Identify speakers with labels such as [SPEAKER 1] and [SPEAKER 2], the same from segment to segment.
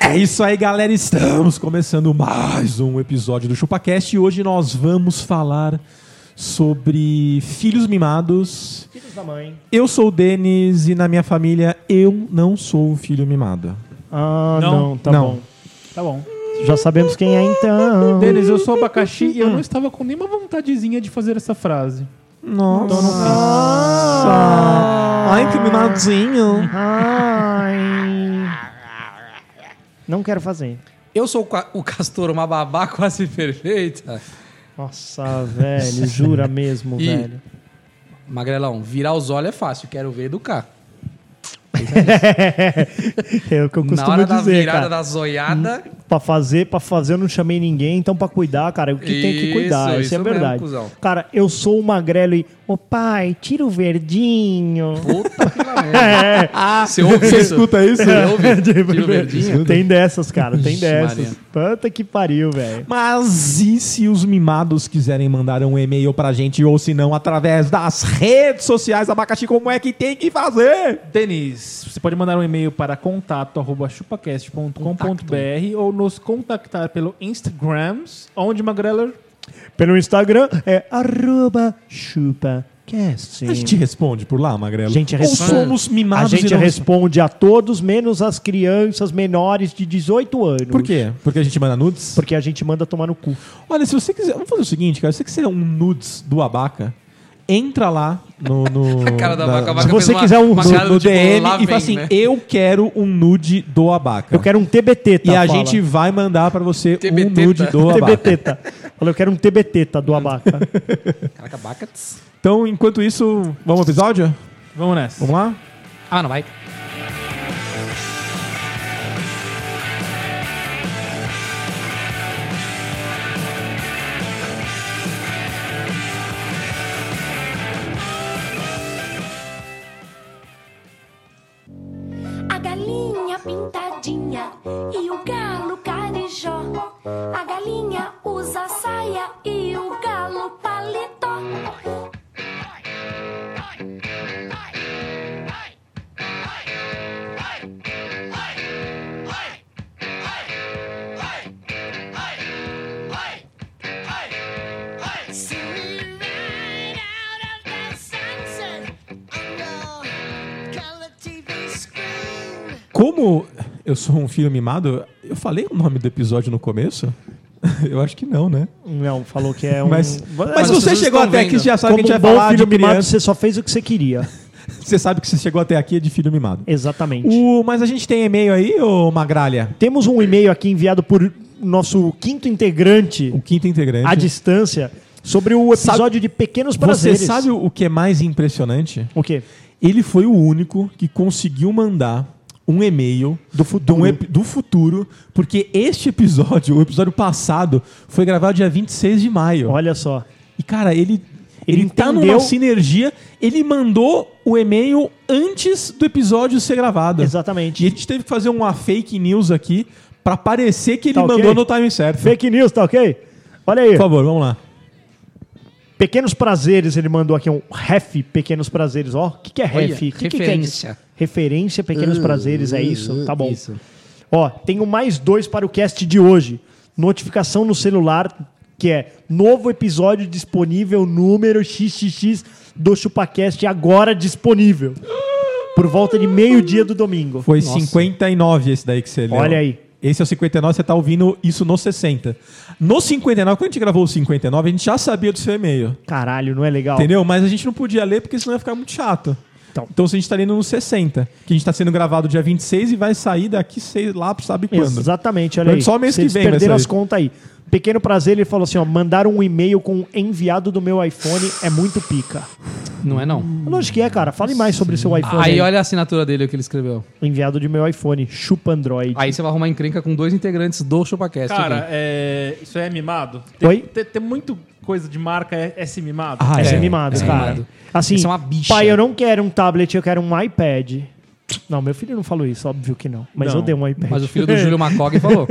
[SPEAKER 1] É isso aí, galera. Estamos começando mais um episódio do ChupaCast e hoje nós vamos falar sobre filhos mimados.
[SPEAKER 2] Filhos da mãe.
[SPEAKER 1] Eu sou o Denis e na minha família eu não sou o filho mimado.
[SPEAKER 2] Ah,
[SPEAKER 3] Não?
[SPEAKER 2] não, tá
[SPEAKER 1] Não.
[SPEAKER 2] bom. Tá bom. Já sabemos quem é então.
[SPEAKER 3] Denis, eu sou abacaxi e eu não estava com nenhuma vontadezinha de fazer essa frase.
[SPEAKER 1] Nossa.
[SPEAKER 3] Então não fiz.
[SPEAKER 1] Ai, que mimadinho.
[SPEAKER 2] Ai. Não quero fazer.
[SPEAKER 4] Eu sou o ca- o castor, uma babá quase
[SPEAKER 2] É.
[SPEAKER 4] perfeita.
[SPEAKER 2] Nossa, velho, jura mesmo,
[SPEAKER 4] Ih.
[SPEAKER 2] velho.
[SPEAKER 4] Magrelão, virar os olhos é fácil, quero ver educar.
[SPEAKER 2] É o que eu
[SPEAKER 4] Na
[SPEAKER 2] costumo
[SPEAKER 4] hora da
[SPEAKER 2] dizer,
[SPEAKER 4] virada
[SPEAKER 2] cara. Hum.
[SPEAKER 4] da zoiada.
[SPEAKER 2] Pra fazer, pra fazer eu não chamei ninguém, então pra cuidar, cara, o que tem que
[SPEAKER 4] Isso,
[SPEAKER 2] cuidar, isso,
[SPEAKER 4] isso
[SPEAKER 2] é
[SPEAKER 4] mesmo,
[SPEAKER 2] verdade.
[SPEAKER 4] cuzão.
[SPEAKER 2] cara, eu sou o magrelo e, ô pai, tira o verdinho.
[SPEAKER 4] Puta que lá merda.
[SPEAKER 2] É,
[SPEAKER 4] Você ouve isso?
[SPEAKER 1] isso?
[SPEAKER 4] Você ouve? Tira o verdinho.
[SPEAKER 2] tem dessas, cara, tem
[SPEAKER 4] Ixi,
[SPEAKER 2] dessas.
[SPEAKER 4] Maria.
[SPEAKER 2] Puta que pariu, velho.
[SPEAKER 1] Mas e se os mimados quiserem mandar um e-mail pra gente ou se não através das redes sociais abacaxi, como é que tem que fazer?
[SPEAKER 3] Denis, você pode mandar um e-mail para contato.chupacast.com.br ou nos contactar pelo Instagrams, onde Magreller.
[SPEAKER 2] Pelo Instagram é arroba chupacast.
[SPEAKER 1] A gente responde por lá, Magrelo?
[SPEAKER 2] Gente,
[SPEAKER 1] Ou
[SPEAKER 2] responde.
[SPEAKER 1] somos
[SPEAKER 2] A
[SPEAKER 1] mimados
[SPEAKER 2] gente
[SPEAKER 1] e não...
[SPEAKER 2] responde a todos, menos as crianças menores de 18 anos.
[SPEAKER 1] Por quê? Porque a gente manda nudes?
[SPEAKER 2] Porque a gente manda tomar no cu.
[SPEAKER 1] Olha, se você quiser... Vamos fazer o seguinte, cara. Se você quiser um nudes do Abaca, entra lá no... no
[SPEAKER 4] A cara da vaca, a vaca
[SPEAKER 2] Se
[SPEAKER 4] fez
[SPEAKER 2] você
[SPEAKER 4] uma-
[SPEAKER 2] quiser um-
[SPEAKER 4] uma
[SPEAKER 1] no,
[SPEAKER 4] cara do
[SPEAKER 1] no
[SPEAKER 4] tipo,
[SPEAKER 1] DM
[SPEAKER 4] lá
[SPEAKER 1] e
[SPEAKER 4] vem,
[SPEAKER 1] fala assim,
[SPEAKER 4] né?
[SPEAKER 1] eu quero um nude do Abaca.
[SPEAKER 2] Eu quero um TBT, tá?
[SPEAKER 1] e a
[SPEAKER 2] Fala.
[SPEAKER 1] gente vai mandar pra você um
[SPEAKER 4] TBT,
[SPEAKER 1] nude
[SPEAKER 4] tá?
[SPEAKER 1] do Abaca.
[SPEAKER 2] TBT, tá? Fala, eu quero um TBT, tá? Do abaca.
[SPEAKER 4] Caraca, vaca. tss.
[SPEAKER 1] Então, enquanto isso, vamos ao episódio?
[SPEAKER 3] Vamos nessa.
[SPEAKER 1] Vamos lá?
[SPEAKER 4] Ah, não vai.
[SPEAKER 5] A galinha pintadinha e o galo carijó. A galinha usa saia e o galo paletó.
[SPEAKER 6] See me right out of the sunset on the color TV screen.
[SPEAKER 1] Como eu sou um filho mimado, eu falei o nome do episódio no começo? eu acho que não, né?
[SPEAKER 2] Não, falou que é um.
[SPEAKER 1] Mas, mas,
[SPEAKER 2] Mas
[SPEAKER 1] se
[SPEAKER 4] as
[SPEAKER 1] você
[SPEAKER 4] pessoas
[SPEAKER 1] chegou
[SPEAKER 4] estão
[SPEAKER 1] até aqui,
[SPEAKER 4] vendo.
[SPEAKER 1] você já sabe
[SPEAKER 2] como
[SPEAKER 1] que a
[SPEAKER 2] um
[SPEAKER 1] gente vai
[SPEAKER 2] bom
[SPEAKER 1] falar de
[SPEAKER 2] filho mimado,
[SPEAKER 1] criança.
[SPEAKER 2] você só fez o que você queria.
[SPEAKER 1] Você sabe que você chegou até aqui é de filho mimado.
[SPEAKER 2] Exatamente.
[SPEAKER 1] O, mas a gente tem e-mail aí, ô Magralha?
[SPEAKER 2] Temos um e-mail aqui enviado por nosso quinto integrante
[SPEAKER 1] O quinto integrante.
[SPEAKER 2] à distância sobre o episódio
[SPEAKER 1] Sabe-
[SPEAKER 2] de Pequenos
[SPEAKER 1] Você
[SPEAKER 2] Prazeres.
[SPEAKER 1] sabe o que é mais impressionante?
[SPEAKER 2] o quê?
[SPEAKER 1] Ele foi o único que conseguiu mandar um e-mail do futuro. do futuro, porque este episódio, o episódio passado, foi gravado dia 26 de maio.
[SPEAKER 2] Olha só.
[SPEAKER 1] E, cara, ele,
[SPEAKER 2] Ele
[SPEAKER 1] ele, tá numa
[SPEAKER 2] entendeu.
[SPEAKER 1] sinergia. Ele mandou o e-mail antes do episódio ser gravado.
[SPEAKER 2] Exatamente.
[SPEAKER 1] E a gente teve que fazer uma fake news aqui pra parecer que ele
[SPEAKER 2] Tá ok?
[SPEAKER 1] mandou no time certo.
[SPEAKER 2] Fake news, tá ok? Olha aí.
[SPEAKER 1] Por favor, vamos lá.
[SPEAKER 2] Pequenos Prazeres, ele mandou aqui um ref Pequenos Prazeres. Ó, o que, que é ref? Que
[SPEAKER 4] Olha,
[SPEAKER 2] que- que é
[SPEAKER 4] referência. Uh,
[SPEAKER 2] isso? referência Pequenos Prazeres, é isso? Tá bom. Ó, tenho mais dois para o cast de hoje. Notificação no celular, que é novo episódio disponível, número XXX do ChupaCast, agora disponível. Por volta de meio-dia do domingo.
[SPEAKER 1] Foi 59 esse daí que você leu.
[SPEAKER 2] Olha aí.
[SPEAKER 1] Esse é o 59, você tá ouvindo isso no 60. No 59, quando a gente gravou o 59, a gente já sabia do seu e-mail.
[SPEAKER 2] Caralho, não é legal?
[SPEAKER 1] Entendeu? Mas a gente não podia ler porque senão ia ficar muito chato.
[SPEAKER 2] Então.
[SPEAKER 1] Então se a gente tá indo nos 60, que a gente tá sendo gravado dia 26 e vai sair daqui, sei lá, sabe quando.
[SPEAKER 2] Exatamente, olha
[SPEAKER 1] Mas
[SPEAKER 2] aí.
[SPEAKER 1] só mês que
[SPEAKER 2] Vocês
[SPEAKER 1] vem é. vai
[SPEAKER 2] perderam
[SPEAKER 1] sair.
[SPEAKER 2] as contas aí. Pequeno prazer, ele falou assim, ó, mandaram um e-mail com enviado do meu iPhone é muito pica.
[SPEAKER 4] Não é não.
[SPEAKER 1] Hum.
[SPEAKER 2] Lógico que é, cara. Fale mais sobre seu iPhone.
[SPEAKER 4] Aí
[SPEAKER 2] aí.
[SPEAKER 4] olha a assinatura dele, o que ele escreveu.
[SPEAKER 2] Enviado de meu iPhone, chupa Android.
[SPEAKER 4] Aí você vai arrumar encrenca com dois integrantes do ChupaCast.
[SPEAKER 3] Cara,
[SPEAKER 4] aqui.
[SPEAKER 3] é, isso é mimado? Tem,
[SPEAKER 2] Oi?
[SPEAKER 3] Tem, tem muito coisa de marca é, é se mimado.
[SPEAKER 1] Ah,
[SPEAKER 2] Essa é,
[SPEAKER 1] é.
[SPEAKER 2] mimado,
[SPEAKER 4] essa é
[SPEAKER 2] cara.
[SPEAKER 4] mimado.
[SPEAKER 2] Assim,
[SPEAKER 4] Essa é uma bicha.
[SPEAKER 2] pai, eu não quero um tablet, eu quero um iPad. Não, meu filho não falou isso, óbvio que não. Mas
[SPEAKER 3] Não,
[SPEAKER 2] eu dei um iPad.
[SPEAKER 4] Mas o filho do Júlio Macog falou.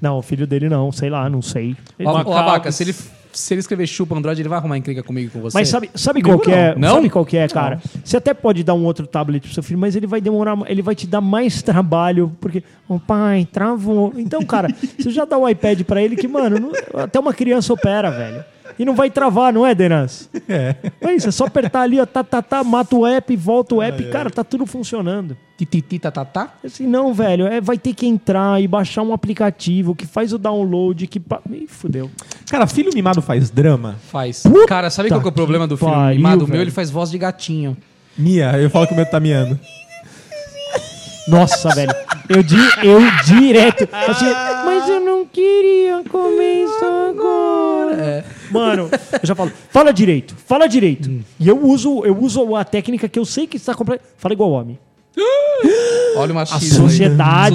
[SPEAKER 2] Não, o filho dele não, sei lá, não sei.
[SPEAKER 4] Ó,
[SPEAKER 3] Macog.
[SPEAKER 4] Ô, Abaca, se ele, se ele escrever chupa Android, ele vai arrumar encrenca comigo e com você.
[SPEAKER 2] Mas sabe, sabe qual que é?
[SPEAKER 4] Não?
[SPEAKER 2] Sabe qual que é, cara? Você até pode dar um outro tablet pro seu filho, mas ele vai demorar, ele vai te dar mais trabalho, porque, o pai, travou. Então, cara, você já dá o iPad pra ele que, mano, não- até uma criança opera, velho. E não vai travar, não é, Denas?
[SPEAKER 1] É.
[SPEAKER 2] É isso, é só apertar ali, ó, tá, tá, tá, mata o app, volta o app, cara, tá tudo funcionando.
[SPEAKER 4] Tititi, tatatá.
[SPEAKER 2] Assim, não, velho, é, vai ter que entrar e baixar um aplicativo que faz o download, que. Pa... Ih, fudeu.
[SPEAKER 1] Cara, filho mimado faz drama.
[SPEAKER 4] Faz.
[SPEAKER 2] Puta
[SPEAKER 4] Cara, sabe qual que é o problema do
[SPEAKER 2] que
[SPEAKER 4] filho
[SPEAKER 2] pariu,
[SPEAKER 4] mimado
[SPEAKER 2] velho.
[SPEAKER 4] meu? Ele faz voz de gatinho.
[SPEAKER 1] Mia, eu falo que o meu tá miando.
[SPEAKER 2] Nossa, velho. Eu, di eu direto. Assim,
[SPEAKER 1] Ah.
[SPEAKER 2] mas eu não queria comer isso agora.
[SPEAKER 1] É.
[SPEAKER 2] Mano, eu já falo, fala direito, fala direito.
[SPEAKER 1] Hum.
[SPEAKER 2] E eu uso, eu uso a técnica que eu sei que está completa. Fala igual homem.
[SPEAKER 4] Olha o machismo. aí.
[SPEAKER 2] Sociedade,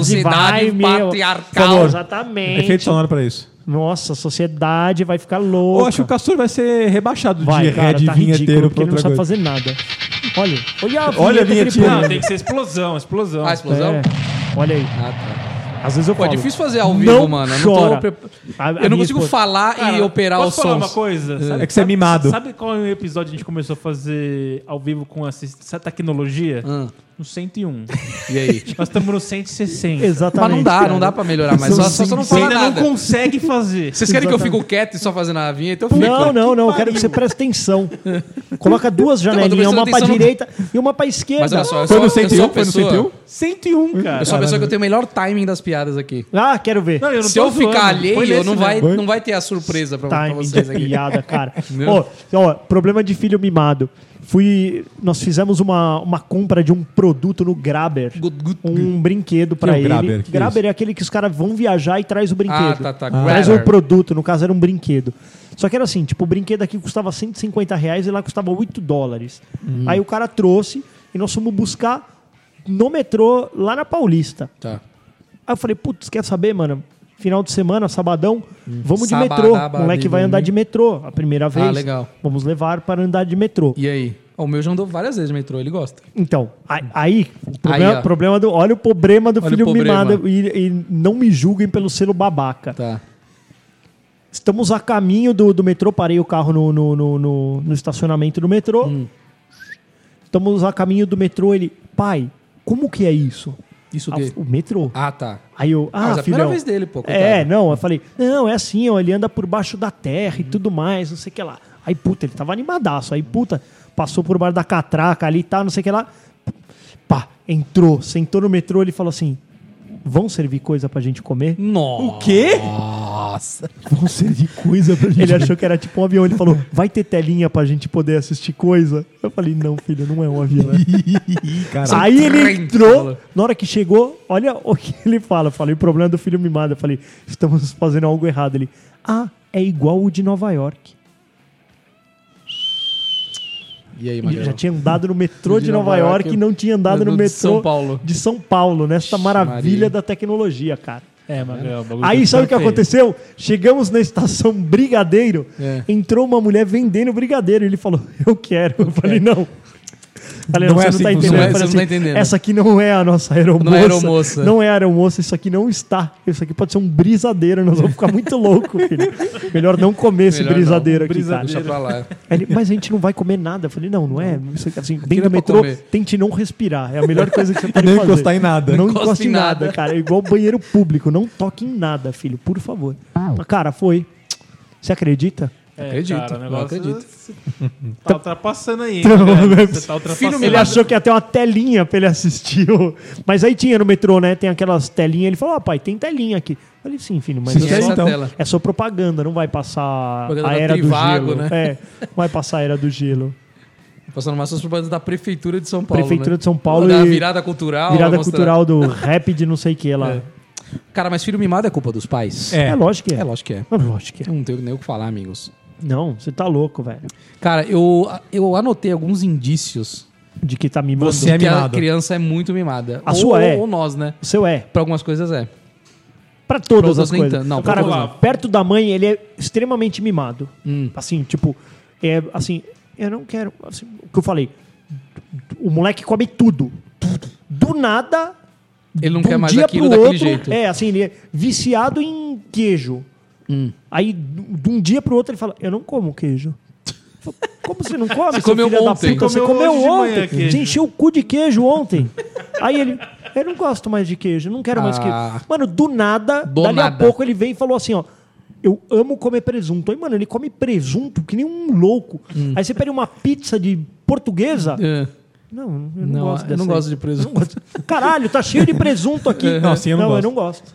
[SPEAKER 2] vai
[SPEAKER 4] Sociedade
[SPEAKER 2] meu.
[SPEAKER 4] patriarcal.
[SPEAKER 2] Falou,
[SPEAKER 1] Efeito
[SPEAKER 2] Exatamente.
[SPEAKER 1] sonoro pra isso.
[SPEAKER 2] Nossa, a sociedade vai ficar
[SPEAKER 1] Eu
[SPEAKER 2] louca.
[SPEAKER 1] acho que o Castor vai ser rebaixado
[SPEAKER 2] vai,
[SPEAKER 1] de
[SPEAKER 2] cara,
[SPEAKER 1] head
[SPEAKER 2] tá ridículo,
[SPEAKER 1] vinheteiro pra
[SPEAKER 2] porque ele não
[SPEAKER 1] outra
[SPEAKER 2] sabe
[SPEAKER 1] coisa.
[SPEAKER 2] fazer nada. Olha, olha a
[SPEAKER 1] Olha a
[SPEAKER 2] vinheta que ele
[SPEAKER 1] vinhetinha.
[SPEAKER 2] põe.
[SPEAKER 3] Não, tem que ser explosão, explosão.
[SPEAKER 4] Ah, explosão?
[SPEAKER 2] É, olha aí.
[SPEAKER 4] Ah, tá.
[SPEAKER 2] Às vezes eu
[SPEAKER 4] Pô, é
[SPEAKER 2] falo.
[SPEAKER 4] difícil fazer ao
[SPEAKER 2] não
[SPEAKER 4] vivo, mano. Eu
[SPEAKER 2] chora.
[SPEAKER 4] não, tô pre-
[SPEAKER 2] A- a
[SPEAKER 4] eu não
[SPEAKER 2] minha
[SPEAKER 4] consigo
[SPEAKER 2] esposa-
[SPEAKER 4] falar e
[SPEAKER 3] Cara,
[SPEAKER 4] operar
[SPEAKER 3] posso
[SPEAKER 4] os
[SPEAKER 3] falar
[SPEAKER 4] sons.
[SPEAKER 3] uma coisa? Sabe-
[SPEAKER 1] É que você é mimado.
[SPEAKER 3] Sabe qual é o episódio que a gente começou a fazer ao vivo com essa, essa tecnologia?
[SPEAKER 4] Ah,
[SPEAKER 3] No 101.
[SPEAKER 4] e aí?
[SPEAKER 3] Nós estamos no 160.
[SPEAKER 4] Mas
[SPEAKER 2] Exatamente.
[SPEAKER 4] não dá, não dá pra melhorar, mas só, só você não
[SPEAKER 3] Você
[SPEAKER 4] fala
[SPEAKER 3] ainda
[SPEAKER 4] nada.
[SPEAKER 3] não consegue fazer.
[SPEAKER 4] Vocês querem que eu fique quieto e só fazendo a vinha? Então eu fico.
[SPEAKER 2] Não, não, não. Eu quero que você preste atenção. Coloca duas janelinhas,
[SPEAKER 4] prestando
[SPEAKER 2] uma pra
[SPEAKER 4] atenção no-
[SPEAKER 2] direita e uma pra esquerda.
[SPEAKER 4] Mas olha só,
[SPEAKER 1] Foi
[SPEAKER 4] eu sou,
[SPEAKER 1] no
[SPEAKER 4] eu
[SPEAKER 2] um,
[SPEAKER 4] sou a
[SPEAKER 1] 101? Foi no
[SPEAKER 4] pessoa.
[SPEAKER 1] 101?
[SPEAKER 3] 101, cara.
[SPEAKER 4] Eu sou a pessoa que eu tenho o melhor timing das piadas aqui.
[SPEAKER 2] Ah, quero ver.
[SPEAKER 3] Não, eu não
[SPEAKER 4] Se
[SPEAKER 3] tô
[SPEAKER 4] eu
[SPEAKER 3] zoando.
[SPEAKER 4] ficar
[SPEAKER 3] Foi
[SPEAKER 4] alheio,
[SPEAKER 3] nesse,
[SPEAKER 2] né?
[SPEAKER 4] não vai,
[SPEAKER 1] Foi?
[SPEAKER 4] não vai ter a surpresa pra, pra
[SPEAKER 2] Time
[SPEAKER 4] vocês
[SPEAKER 2] de
[SPEAKER 4] aqui.
[SPEAKER 2] Tá, piada, cara.
[SPEAKER 4] Meu.
[SPEAKER 2] ó, ó, problema de filho mimado. Fui, nós fizemos uma, uma compra de um produto no Grabber.
[SPEAKER 4] Gut, gut.
[SPEAKER 2] Um brinquedo pra
[SPEAKER 1] Que é o
[SPEAKER 2] ele.
[SPEAKER 1] Grabber? Que
[SPEAKER 2] é aquele que os caras vão viajar e traz o brinquedo.
[SPEAKER 4] Ah, tá, tá.
[SPEAKER 2] Traz o
[SPEAKER 4] Grabber.
[SPEAKER 2] produto, no caso era um brinquedo. Só que era assim, tipo, o brinquedo aqui custava 150 reais e lá custava 8 dólares.
[SPEAKER 4] Uhum.
[SPEAKER 2] Aí o cara trouxe e nós fomos buscar no metrô lá na Paulista.
[SPEAKER 4] Tá.
[SPEAKER 2] Aí eu falei, putz, quer saber, mano? Final de semana, sabadão,
[SPEAKER 4] Hum.
[SPEAKER 2] vamos de
[SPEAKER 4] Sabadá,
[SPEAKER 2] metrô. O
[SPEAKER 4] babadinho.
[SPEAKER 2] moleque vai andar de metrô a primeira vez.
[SPEAKER 4] né? Ah, legal.
[SPEAKER 2] Vamos levar para andar de metrô.
[SPEAKER 4] E aí? Ó, O meu já andou várias vezes de metrô, ele gosta.
[SPEAKER 2] Então, a- aí, o problema,
[SPEAKER 4] Aí, ó.
[SPEAKER 2] problema do. Olha o problema do
[SPEAKER 4] Olha o
[SPEAKER 2] filho
[SPEAKER 4] problema.
[SPEAKER 2] mimado. E, e não me julguem pelo selo babaca.
[SPEAKER 4] Tá.
[SPEAKER 2] Estamos a caminho do, do metrô, parei o carro no, no, no, no- no estacionamento do metrô.
[SPEAKER 4] Hum.
[SPEAKER 2] Estamos a caminho do metrô, ele. Pai, como que é isso?
[SPEAKER 4] Isso
[SPEAKER 2] Ah,
[SPEAKER 4] o quê?
[SPEAKER 2] o metrô.
[SPEAKER 4] Ah, tá.
[SPEAKER 2] Aí eu, ah,
[SPEAKER 4] mas é a primeira
[SPEAKER 2] filhão.
[SPEAKER 4] vez dele, pô, coitado. Hum.
[SPEAKER 2] É, não, eu falei, não, é assim, ó, ele anda por baixo da terra e tudo mais, não sei o que lá. Aí, puta, ele tava animadaço. Aí, puta, passou por baixo da catraca ali e tal, não sei o que lá. Pá, entrou, sentou no metrô, ele falou assim, vão servir coisa pra gente comer?
[SPEAKER 4] Nossa.
[SPEAKER 1] O quê?
[SPEAKER 4] Nossa.
[SPEAKER 1] Vão servir coisa pra gente.
[SPEAKER 2] Ele achou que era tipo um avião, ele falou, vai ter telinha pra gente poder assistir coisa? Eu falei, não, filho, não é um avião.
[SPEAKER 1] Ih, Cara,
[SPEAKER 2] Aí ele
[SPEAKER 4] trem,
[SPEAKER 2] entrou,
[SPEAKER 4] fala.
[SPEAKER 2] na hora que chegou, olha o que ele fala. Eu falei, o problema é do filho mimado. Eu falei, estamos fazendo algo errado. Ele, ah, é igual o de Nova York.
[SPEAKER 4] E aí,
[SPEAKER 2] Ele
[SPEAKER 4] Magrelo?
[SPEAKER 2] já tinha andado no metrô de, Nova, York, e não tinha andado
[SPEAKER 4] no-
[SPEAKER 2] no,
[SPEAKER 4] de
[SPEAKER 2] metrô
[SPEAKER 4] São Paulo.
[SPEAKER 2] de São Paulo, nessa maravilha
[SPEAKER 4] Maria.
[SPEAKER 2] da tecnologia, cara.
[SPEAKER 3] É, mas é, o bagulho
[SPEAKER 2] Aí
[SPEAKER 3] tá
[SPEAKER 2] sabe o que
[SPEAKER 3] feio.
[SPEAKER 2] aconteceu? Chegamos na estação Brigadeiro,
[SPEAKER 4] É.
[SPEAKER 2] entrou uma mulher vendendo brigadeiro. Ele falou, eu quero. Eu
[SPEAKER 4] É.
[SPEAKER 2] falei, não. Falei,
[SPEAKER 1] Não
[SPEAKER 2] você
[SPEAKER 1] é
[SPEAKER 2] não
[SPEAKER 1] assim
[SPEAKER 2] tá
[SPEAKER 1] que
[SPEAKER 2] entendendo.
[SPEAKER 1] funciona.
[SPEAKER 2] Eu falei
[SPEAKER 4] Você não tá entendendo.
[SPEAKER 2] Essa aqui não é a nossa aeromoça.
[SPEAKER 4] Não é aeromoça.
[SPEAKER 2] Não é aeromoça, isso aqui não está. Isso aqui pode ser um brisadeiro, nós vamos ficar muito louco, filho. Melhor não comer esse
[SPEAKER 4] Melhor não.
[SPEAKER 2] brisadeiro aqui, cara.
[SPEAKER 4] Deixa pra lá.
[SPEAKER 2] Aí ele, mas a gente não vai comer nada. Eu falei, não, não é. Isso aqui, assim, dentro
[SPEAKER 4] não é
[SPEAKER 2] do
[SPEAKER 4] pra
[SPEAKER 2] metrô,
[SPEAKER 4] comer.
[SPEAKER 2] tente não respirar. É a melhor coisa que você pode
[SPEAKER 1] não
[SPEAKER 2] fazer.
[SPEAKER 1] encostar em nada.
[SPEAKER 2] Não
[SPEAKER 4] Encosta
[SPEAKER 2] encosta em
[SPEAKER 4] em
[SPEAKER 2] nada,
[SPEAKER 4] nada.
[SPEAKER 2] cara. É igual banheiro público. Não toque em nada, filho, por favor. Mas, cara, foi. Você acredita?
[SPEAKER 3] É,
[SPEAKER 4] Acredito,
[SPEAKER 3] cara, o
[SPEAKER 4] não
[SPEAKER 3] negócio-
[SPEAKER 4] acredito.
[SPEAKER 3] Você tá ultrapassando aí, hein,
[SPEAKER 2] Então,
[SPEAKER 3] cara? Você tá ultrapassando.
[SPEAKER 4] Filho
[SPEAKER 2] Ele achou que ia ter uma telinha pra ele assistir. o- Mas aí tinha no metrô, né? Tem aquelas telinhas. Ele falou, ó, pai, tem telinha aqui. Eu falei, sim, filho, mas
[SPEAKER 1] Assiste
[SPEAKER 2] é,
[SPEAKER 4] Essa
[SPEAKER 1] aí, então.
[SPEAKER 4] tela.
[SPEAKER 2] é só propaganda. Não vai passar
[SPEAKER 4] Propaganda
[SPEAKER 2] a
[SPEAKER 4] da
[SPEAKER 2] era do
[SPEAKER 4] Trivago,
[SPEAKER 2] gelo.
[SPEAKER 4] né?
[SPEAKER 2] É, não vai passar a era do gelo.
[SPEAKER 4] Passando mais suas propagandas da Prefeitura de São Paulo.
[SPEAKER 2] Prefeitura
[SPEAKER 4] né?
[SPEAKER 2] de São Paulo
[SPEAKER 4] Da
[SPEAKER 2] e-
[SPEAKER 4] virada cultural.
[SPEAKER 2] Virada
[SPEAKER 4] mostra-
[SPEAKER 2] cultural do rap de não sei o que lá.
[SPEAKER 4] Cara, mas filho mimado é culpa dos pais?
[SPEAKER 2] É, lógico que é.
[SPEAKER 4] É, lógico que é.
[SPEAKER 2] É lógico que é.
[SPEAKER 4] Eu não tenho nem o que falar, amigos.
[SPEAKER 2] Não, você tá louco, velho.
[SPEAKER 4] Cara, eu, eu anotei alguns indícios
[SPEAKER 2] De que tá mimando.
[SPEAKER 1] Você é
[SPEAKER 4] que a
[SPEAKER 1] mimado.
[SPEAKER 4] criança é muito mimada.
[SPEAKER 2] A
[SPEAKER 4] ou,
[SPEAKER 2] sua é.
[SPEAKER 4] Ou nós, né?
[SPEAKER 2] O seu é.
[SPEAKER 4] Pra algumas coisas é.
[SPEAKER 2] Pra todas
[SPEAKER 4] Pra
[SPEAKER 2] as
[SPEAKER 4] outras nem
[SPEAKER 2] coisas.
[SPEAKER 4] tanto. Não, Hum.
[SPEAKER 2] o cara,
[SPEAKER 4] pra todas
[SPEAKER 2] perto da mãe, ele é extremamente mimado. Assim, tipo, é assim, eu não quero. assim, o que eu falei? O moleque come tudo. Tudo. Do nada.
[SPEAKER 4] Ele não
[SPEAKER 2] de um
[SPEAKER 4] quer mais
[SPEAKER 2] dia
[SPEAKER 4] aquilo
[SPEAKER 2] pro
[SPEAKER 4] daquele
[SPEAKER 2] outro,
[SPEAKER 4] jeito.
[SPEAKER 2] É, assim, ele é viciado em queijo.
[SPEAKER 4] Hum.
[SPEAKER 2] Aí, d- de um dia pro outro, ele fala: Eu não como queijo. Como você não come? Você
[SPEAKER 4] comeu
[SPEAKER 2] filha
[SPEAKER 4] ontem.
[SPEAKER 2] Da puta? Você
[SPEAKER 3] Comeu
[SPEAKER 2] comeu
[SPEAKER 3] hoje de manhã
[SPEAKER 2] ontem.
[SPEAKER 3] queijo."
[SPEAKER 2] Você encheu o cu de queijo ontem. Aí ele, eu não gosto mais de queijo, não quero mais
[SPEAKER 4] Ah.
[SPEAKER 2] queijo. Mano, do nada,
[SPEAKER 4] Do
[SPEAKER 2] dali
[SPEAKER 4] nada.
[SPEAKER 2] a pouco ele veio e falou assim, ó. Eu amo comer presunto. Aí, mano, ele come presunto que nem um louco.
[SPEAKER 4] Hum.
[SPEAKER 2] Aí você pede uma pizza de portuguesa.
[SPEAKER 4] É.
[SPEAKER 2] Não, eu não,
[SPEAKER 4] Não,
[SPEAKER 2] gosto
[SPEAKER 4] eu
[SPEAKER 2] dessa
[SPEAKER 4] não
[SPEAKER 2] aí.
[SPEAKER 4] gosto de presunto.
[SPEAKER 2] Não gosto. Caralho, tá cheio de presunto aqui.
[SPEAKER 1] Não, assim eu não gosto.
[SPEAKER 2] eu não gosto.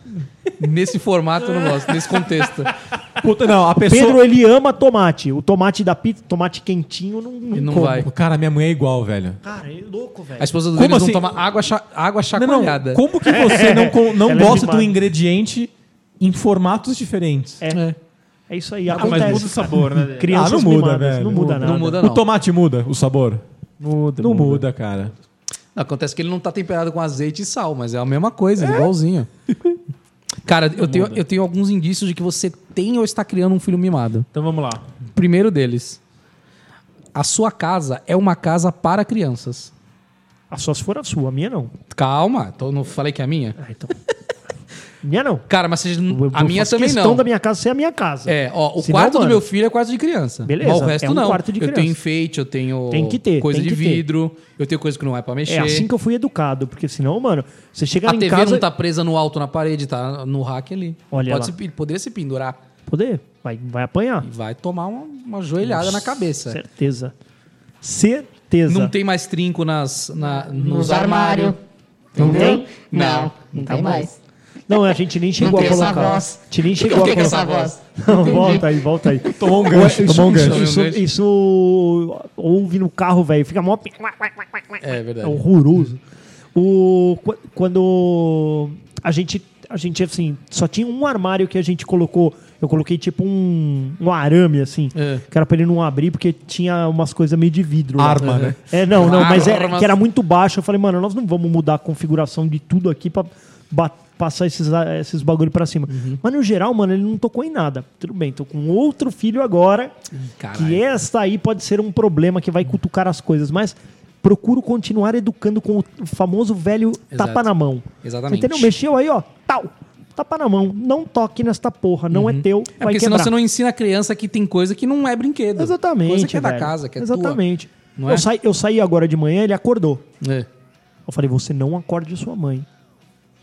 [SPEAKER 4] Nesse formato eu não gosto, nesse contexto.
[SPEAKER 1] Puta, não, a pessoa.
[SPEAKER 2] Pedro, ele ama tomate. O tomate da pizza, tomate quentinho, não, não,
[SPEAKER 4] E não
[SPEAKER 2] como.
[SPEAKER 4] vai.
[SPEAKER 1] Cara, minha mãe é igual, velho.
[SPEAKER 2] Cara, ele é louco, velho.
[SPEAKER 4] A esposa do
[SPEAKER 1] Como
[SPEAKER 4] Denis
[SPEAKER 1] assim?
[SPEAKER 4] não toma água, cha- água
[SPEAKER 1] Não, não,
[SPEAKER 4] chacoalhada.
[SPEAKER 1] Como que você não, co- não
[SPEAKER 2] Ela é
[SPEAKER 1] gosta de um
[SPEAKER 2] mimada.
[SPEAKER 1] ingrediente em formatos diferentes?
[SPEAKER 2] É. É isso aí,
[SPEAKER 3] Ah,
[SPEAKER 2] acontece.
[SPEAKER 3] mas muda o sabor, né? Dele?
[SPEAKER 2] Crianças
[SPEAKER 1] Ah, não muda,
[SPEAKER 2] mimadas,
[SPEAKER 1] velho.
[SPEAKER 2] não muda
[SPEAKER 1] Não
[SPEAKER 2] nada.
[SPEAKER 4] Não muda,
[SPEAKER 1] O
[SPEAKER 4] não.
[SPEAKER 1] tomate muda o sabor?
[SPEAKER 2] Muda,
[SPEAKER 1] não muda, cara.
[SPEAKER 4] Acontece que ele não tá temperado com azeite e sal, mas é a mesma coisa, igualzinho. Cara, eu tenho, eu tenho alguns indícios de que você tem ou está criando um filho mimado.
[SPEAKER 3] Então vamos lá.
[SPEAKER 4] Primeiro deles, a sua casa é uma casa para crianças.
[SPEAKER 2] A Ah, só se for a sua, a minha não.
[SPEAKER 4] Calma, tô, não falei que é a minha?
[SPEAKER 2] Ah, então. minha não.
[SPEAKER 4] Cara, mas você-
[SPEAKER 2] Eu-
[SPEAKER 4] a
[SPEAKER 2] eu
[SPEAKER 4] minha
[SPEAKER 2] faço
[SPEAKER 4] também
[SPEAKER 2] questão
[SPEAKER 4] não.
[SPEAKER 2] da minha casa ser a minha casa.
[SPEAKER 4] É, ó, o
[SPEAKER 2] Se
[SPEAKER 4] quarto
[SPEAKER 2] não,
[SPEAKER 4] do
[SPEAKER 2] mano.
[SPEAKER 4] meu filho é quarto de criança.
[SPEAKER 2] Beleza,
[SPEAKER 4] Mas o resto
[SPEAKER 2] é um
[SPEAKER 4] não.
[SPEAKER 2] quarto de
[SPEAKER 4] eu
[SPEAKER 2] criança.
[SPEAKER 4] tenho enfeite, eu tenho
[SPEAKER 2] Tem que ter,
[SPEAKER 4] coisa
[SPEAKER 2] tem
[SPEAKER 4] de
[SPEAKER 2] que ter.
[SPEAKER 4] vidro, eu tenho coisa que não é pra mexer.
[SPEAKER 2] É assim que eu fui educado, porque senão, mano, você chega
[SPEAKER 4] a
[SPEAKER 2] em
[SPEAKER 4] TV
[SPEAKER 2] casa.
[SPEAKER 4] não tá presa no alto na parede, tá no rack ali.
[SPEAKER 2] Olha
[SPEAKER 4] Pode
[SPEAKER 2] lá.
[SPEAKER 4] se pe- poderia se pendurar.
[SPEAKER 2] Poder, vai, vai apanhar.
[SPEAKER 4] e vai tomar uma, uma joelhada na cabeça.
[SPEAKER 2] Certeza. Certeza.
[SPEAKER 4] é. Não tem mais trinco nas, na- nos,
[SPEAKER 7] Nos
[SPEAKER 4] armários.
[SPEAKER 7] armário. Não tem?
[SPEAKER 4] Não,
[SPEAKER 7] Não, não tem mais.
[SPEAKER 2] Não, a gente nem chegou
[SPEAKER 7] tem
[SPEAKER 2] a
[SPEAKER 7] essa
[SPEAKER 2] colocar.
[SPEAKER 7] voz.
[SPEAKER 2] A gente nem chegou
[SPEAKER 7] Não
[SPEAKER 2] a
[SPEAKER 7] tem
[SPEAKER 2] colocar.
[SPEAKER 7] essa voz.
[SPEAKER 2] Não, volta aí, volta aí. Tomou um gancho, isso,
[SPEAKER 1] tomou um gancho.
[SPEAKER 2] Isso, isso, isso ouve no carro, velho. Fica mó...
[SPEAKER 4] É
[SPEAKER 2] É
[SPEAKER 4] verdade.
[SPEAKER 2] horroroso. O, qu- quando a gente, a gente, assim, só tinha um armário que a gente colocou. Eu coloquei tipo um, um arame, assim.
[SPEAKER 4] É.
[SPEAKER 2] Que era pra ele não abrir, porque tinha umas coisas meio de vidro. lá.
[SPEAKER 1] Arma, né?
[SPEAKER 2] É, não, não, mas era,
[SPEAKER 4] Armas.
[SPEAKER 2] que era muito baixo. Eu falei, mano, nós não vamos mudar a configuração de tudo aqui pra ba- passar esses, a- esses bagulho pra cima.
[SPEAKER 4] Uhum.
[SPEAKER 2] Mas no geral, mano, ele não tocou em nada. Tudo bem, tô com outro filho agora.
[SPEAKER 4] caralho.
[SPEAKER 2] Que essa aí pode ser um problema que vai cutucar as coisas, mas procuro continuar educando com o famoso velho
[SPEAKER 4] Exato.
[SPEAKER 2] tapa na mão.
[SPEAKER 4] Exatamente.
[SPEAKER 2] Entendeu? Mexeu aí, ó, tal. Tapa na mão. Não toque nesta porra, não é teu,
[SPEAKER 4] É
[SPEAKER 2] vai
[SPEAKER 4] porque senão
[SPEAKER 2] quebrar.
[SPEAKER 4] você não ensina a criança que tem coisa que não é brinquedo.
[SPEAKER 2] Exatamente.
[SPEAKER 4] Coisa que é da
[SPEAKER 2] velho.
[SPEAKER 4] casa, que é
[SPEAKER 2] Exatamente.
[SPEAKER 4] não é?
[SPEAKER 2] eu, saí, eu saí agora de manhã, ele acordou.
[SPEAKER 4] tua. É.
[SPEAKER 2] Eu falei, você não acorde sua mãe.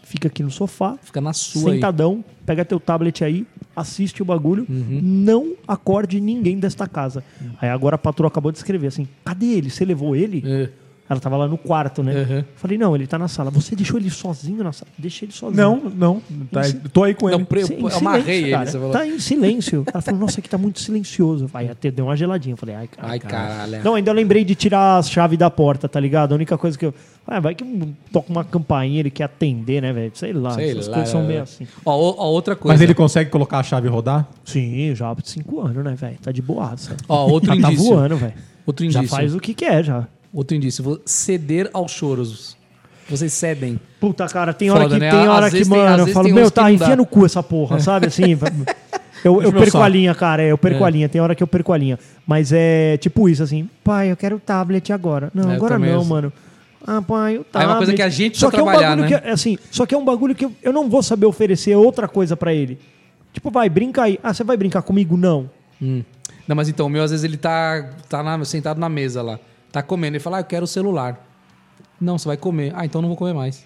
[SPEAKER 2] Fica aqui no sofá,
[SPEAKER 4] Fica na sua aí.
[SPEAKER 2] sentadão, pega teu tablet aí, assiste o bagulho, não acorde ninguém desta casa. Aí agora a patroa acabou de escrever assim: cadê ele? Você levou ele?
[SPEAKER 4] É.
[SPEAKER 2] Ela tava lá no quarto, né?
[SPEAKER 4] Uhum.
[SPEAKER 2] Falei, não, ele tá na sala. Você deixou ele sozinho na sala? Deixa ele sozinho.
[SPEAKER 1] Não, não. Tá, tô aí com
[SPEAKER 4] Não,
[SPEAKER 1] ele.
[SPEAKER 4] pre-
[SPEAKER 2] Si- em
[SPEAKER 4] eu amarrei
[SPEAKER 2] silêncio,
[SPEAKER 4] ele.
[SPEAKER 2] é cara.
[SPEAKER 4] Você falou.
[SPEAKER 2] Tá em silêncio. Ela falou, nossa, aqui tá muito silencioso. Aí até deu uma geladinha. Eu falei, ai, cara.
[SPEAKER 4] Ai, caralho.
[SPEAKER 2] Não, ainda eu lembrei de tirar a chave da porta, tá ligado? A única coisa que eu. Ah, vai que toca uma campainha, ele quer atender, né, velho? Sei lá,
[SPEAKER 4] Sei
[SPEAKER 2] essas
[SPEAKER 4] lá.
[SPEAKER 2] coisas são meio assim.
[SPEAKER 4] Ó, o- ó, outra coisa.
[SPEAKER 1] Mas ele consegue colocar a chave e rodar?
[SPEAKER 2] Sim, já há cinco anos, né, velho? Tá de boaça.
[SPEAKER 4] Ó, outro
[SPEAKER 2] já tá
[SPEAKER 4] indício.
[SPEAKER 2] voando, velho.
[SPEAKER 4] Outro
[SPEAKER 2] Já
[SPEAKER 4] indício.
[SPEAKER 2] faz o que quer, já.
[SPEAKER 4] Outro indício. Vou ceder aos choros. Vocês cedem.
[SPEAKER 2] Puta, cara, tem
[SPEAKER 4] Foda,
[SPEAKER 2] hora que
[SPEAKER 4] né?
[SPEAKER 2] tem
[SPEAKER 4] Às
[SPEAKER 2] hora que,
[SPEAKER 4] vezes tem- às
[SPEAKER 2] mano, eu
[SPEAKER 4] vezes
[SPEAKER 2] falo,
[SPEAKER 4] tem
[SPEAKER 2] meu,
[SPEAKER 4] uns que
[SPEAKER 2] tá,
[SPEAKER 4] não
[SPEAKER 2] enfia
[SPEAKER 4] dá." É.
[SPEAKER 2] no cu essa porra, sabe? Assim, vai- eu, eu
[SPEAKER 1] meu
[SPEAKER 2] perco a
[SPEAKER 1] saco.
[SPEAKER 2] linha, cara, é, eu perco a linha, tem hora que eu perco a linha. Mas é tipo isso, assim, pai, eu quero o tablet agora. Não,
[SPEAKER 4] É, eu
[SPEAKER 2] agora
[SPEAKER 4] também,
[SPEAKER 2] não,
[SPEAKER 4] assim.
[SPEAKER 2] mano. Ah, pai, o
[SPEAKER 4] Aí é
[SPEAKER 2] tablet.
[SPEAKER 4] uma coisa que a gente
[SPEAKER 2] só
[SPEAKER 4] precisa
[SPEAKER 2] que é um
[SPEAKER 4] trabalhar,
[SPEAKER 2] bagulho
[SPEAKER 4] né?
[SPEAKER 2] que, assim, só que é um bagulho que eu, eu não vou saber oferecer outra coisa pra ele. Tipo, vai, brinca aí. Ah, você vai brincar comigo? Não.
[SPEAKER 4] Hum. Não, mas então, o meu às vezes ele tá, tá na- sentado na mesa lá, tá comendo. Ele fala, ah, eu quero o celular. Não, você vai comer. Ah, então eu não vou comer mais.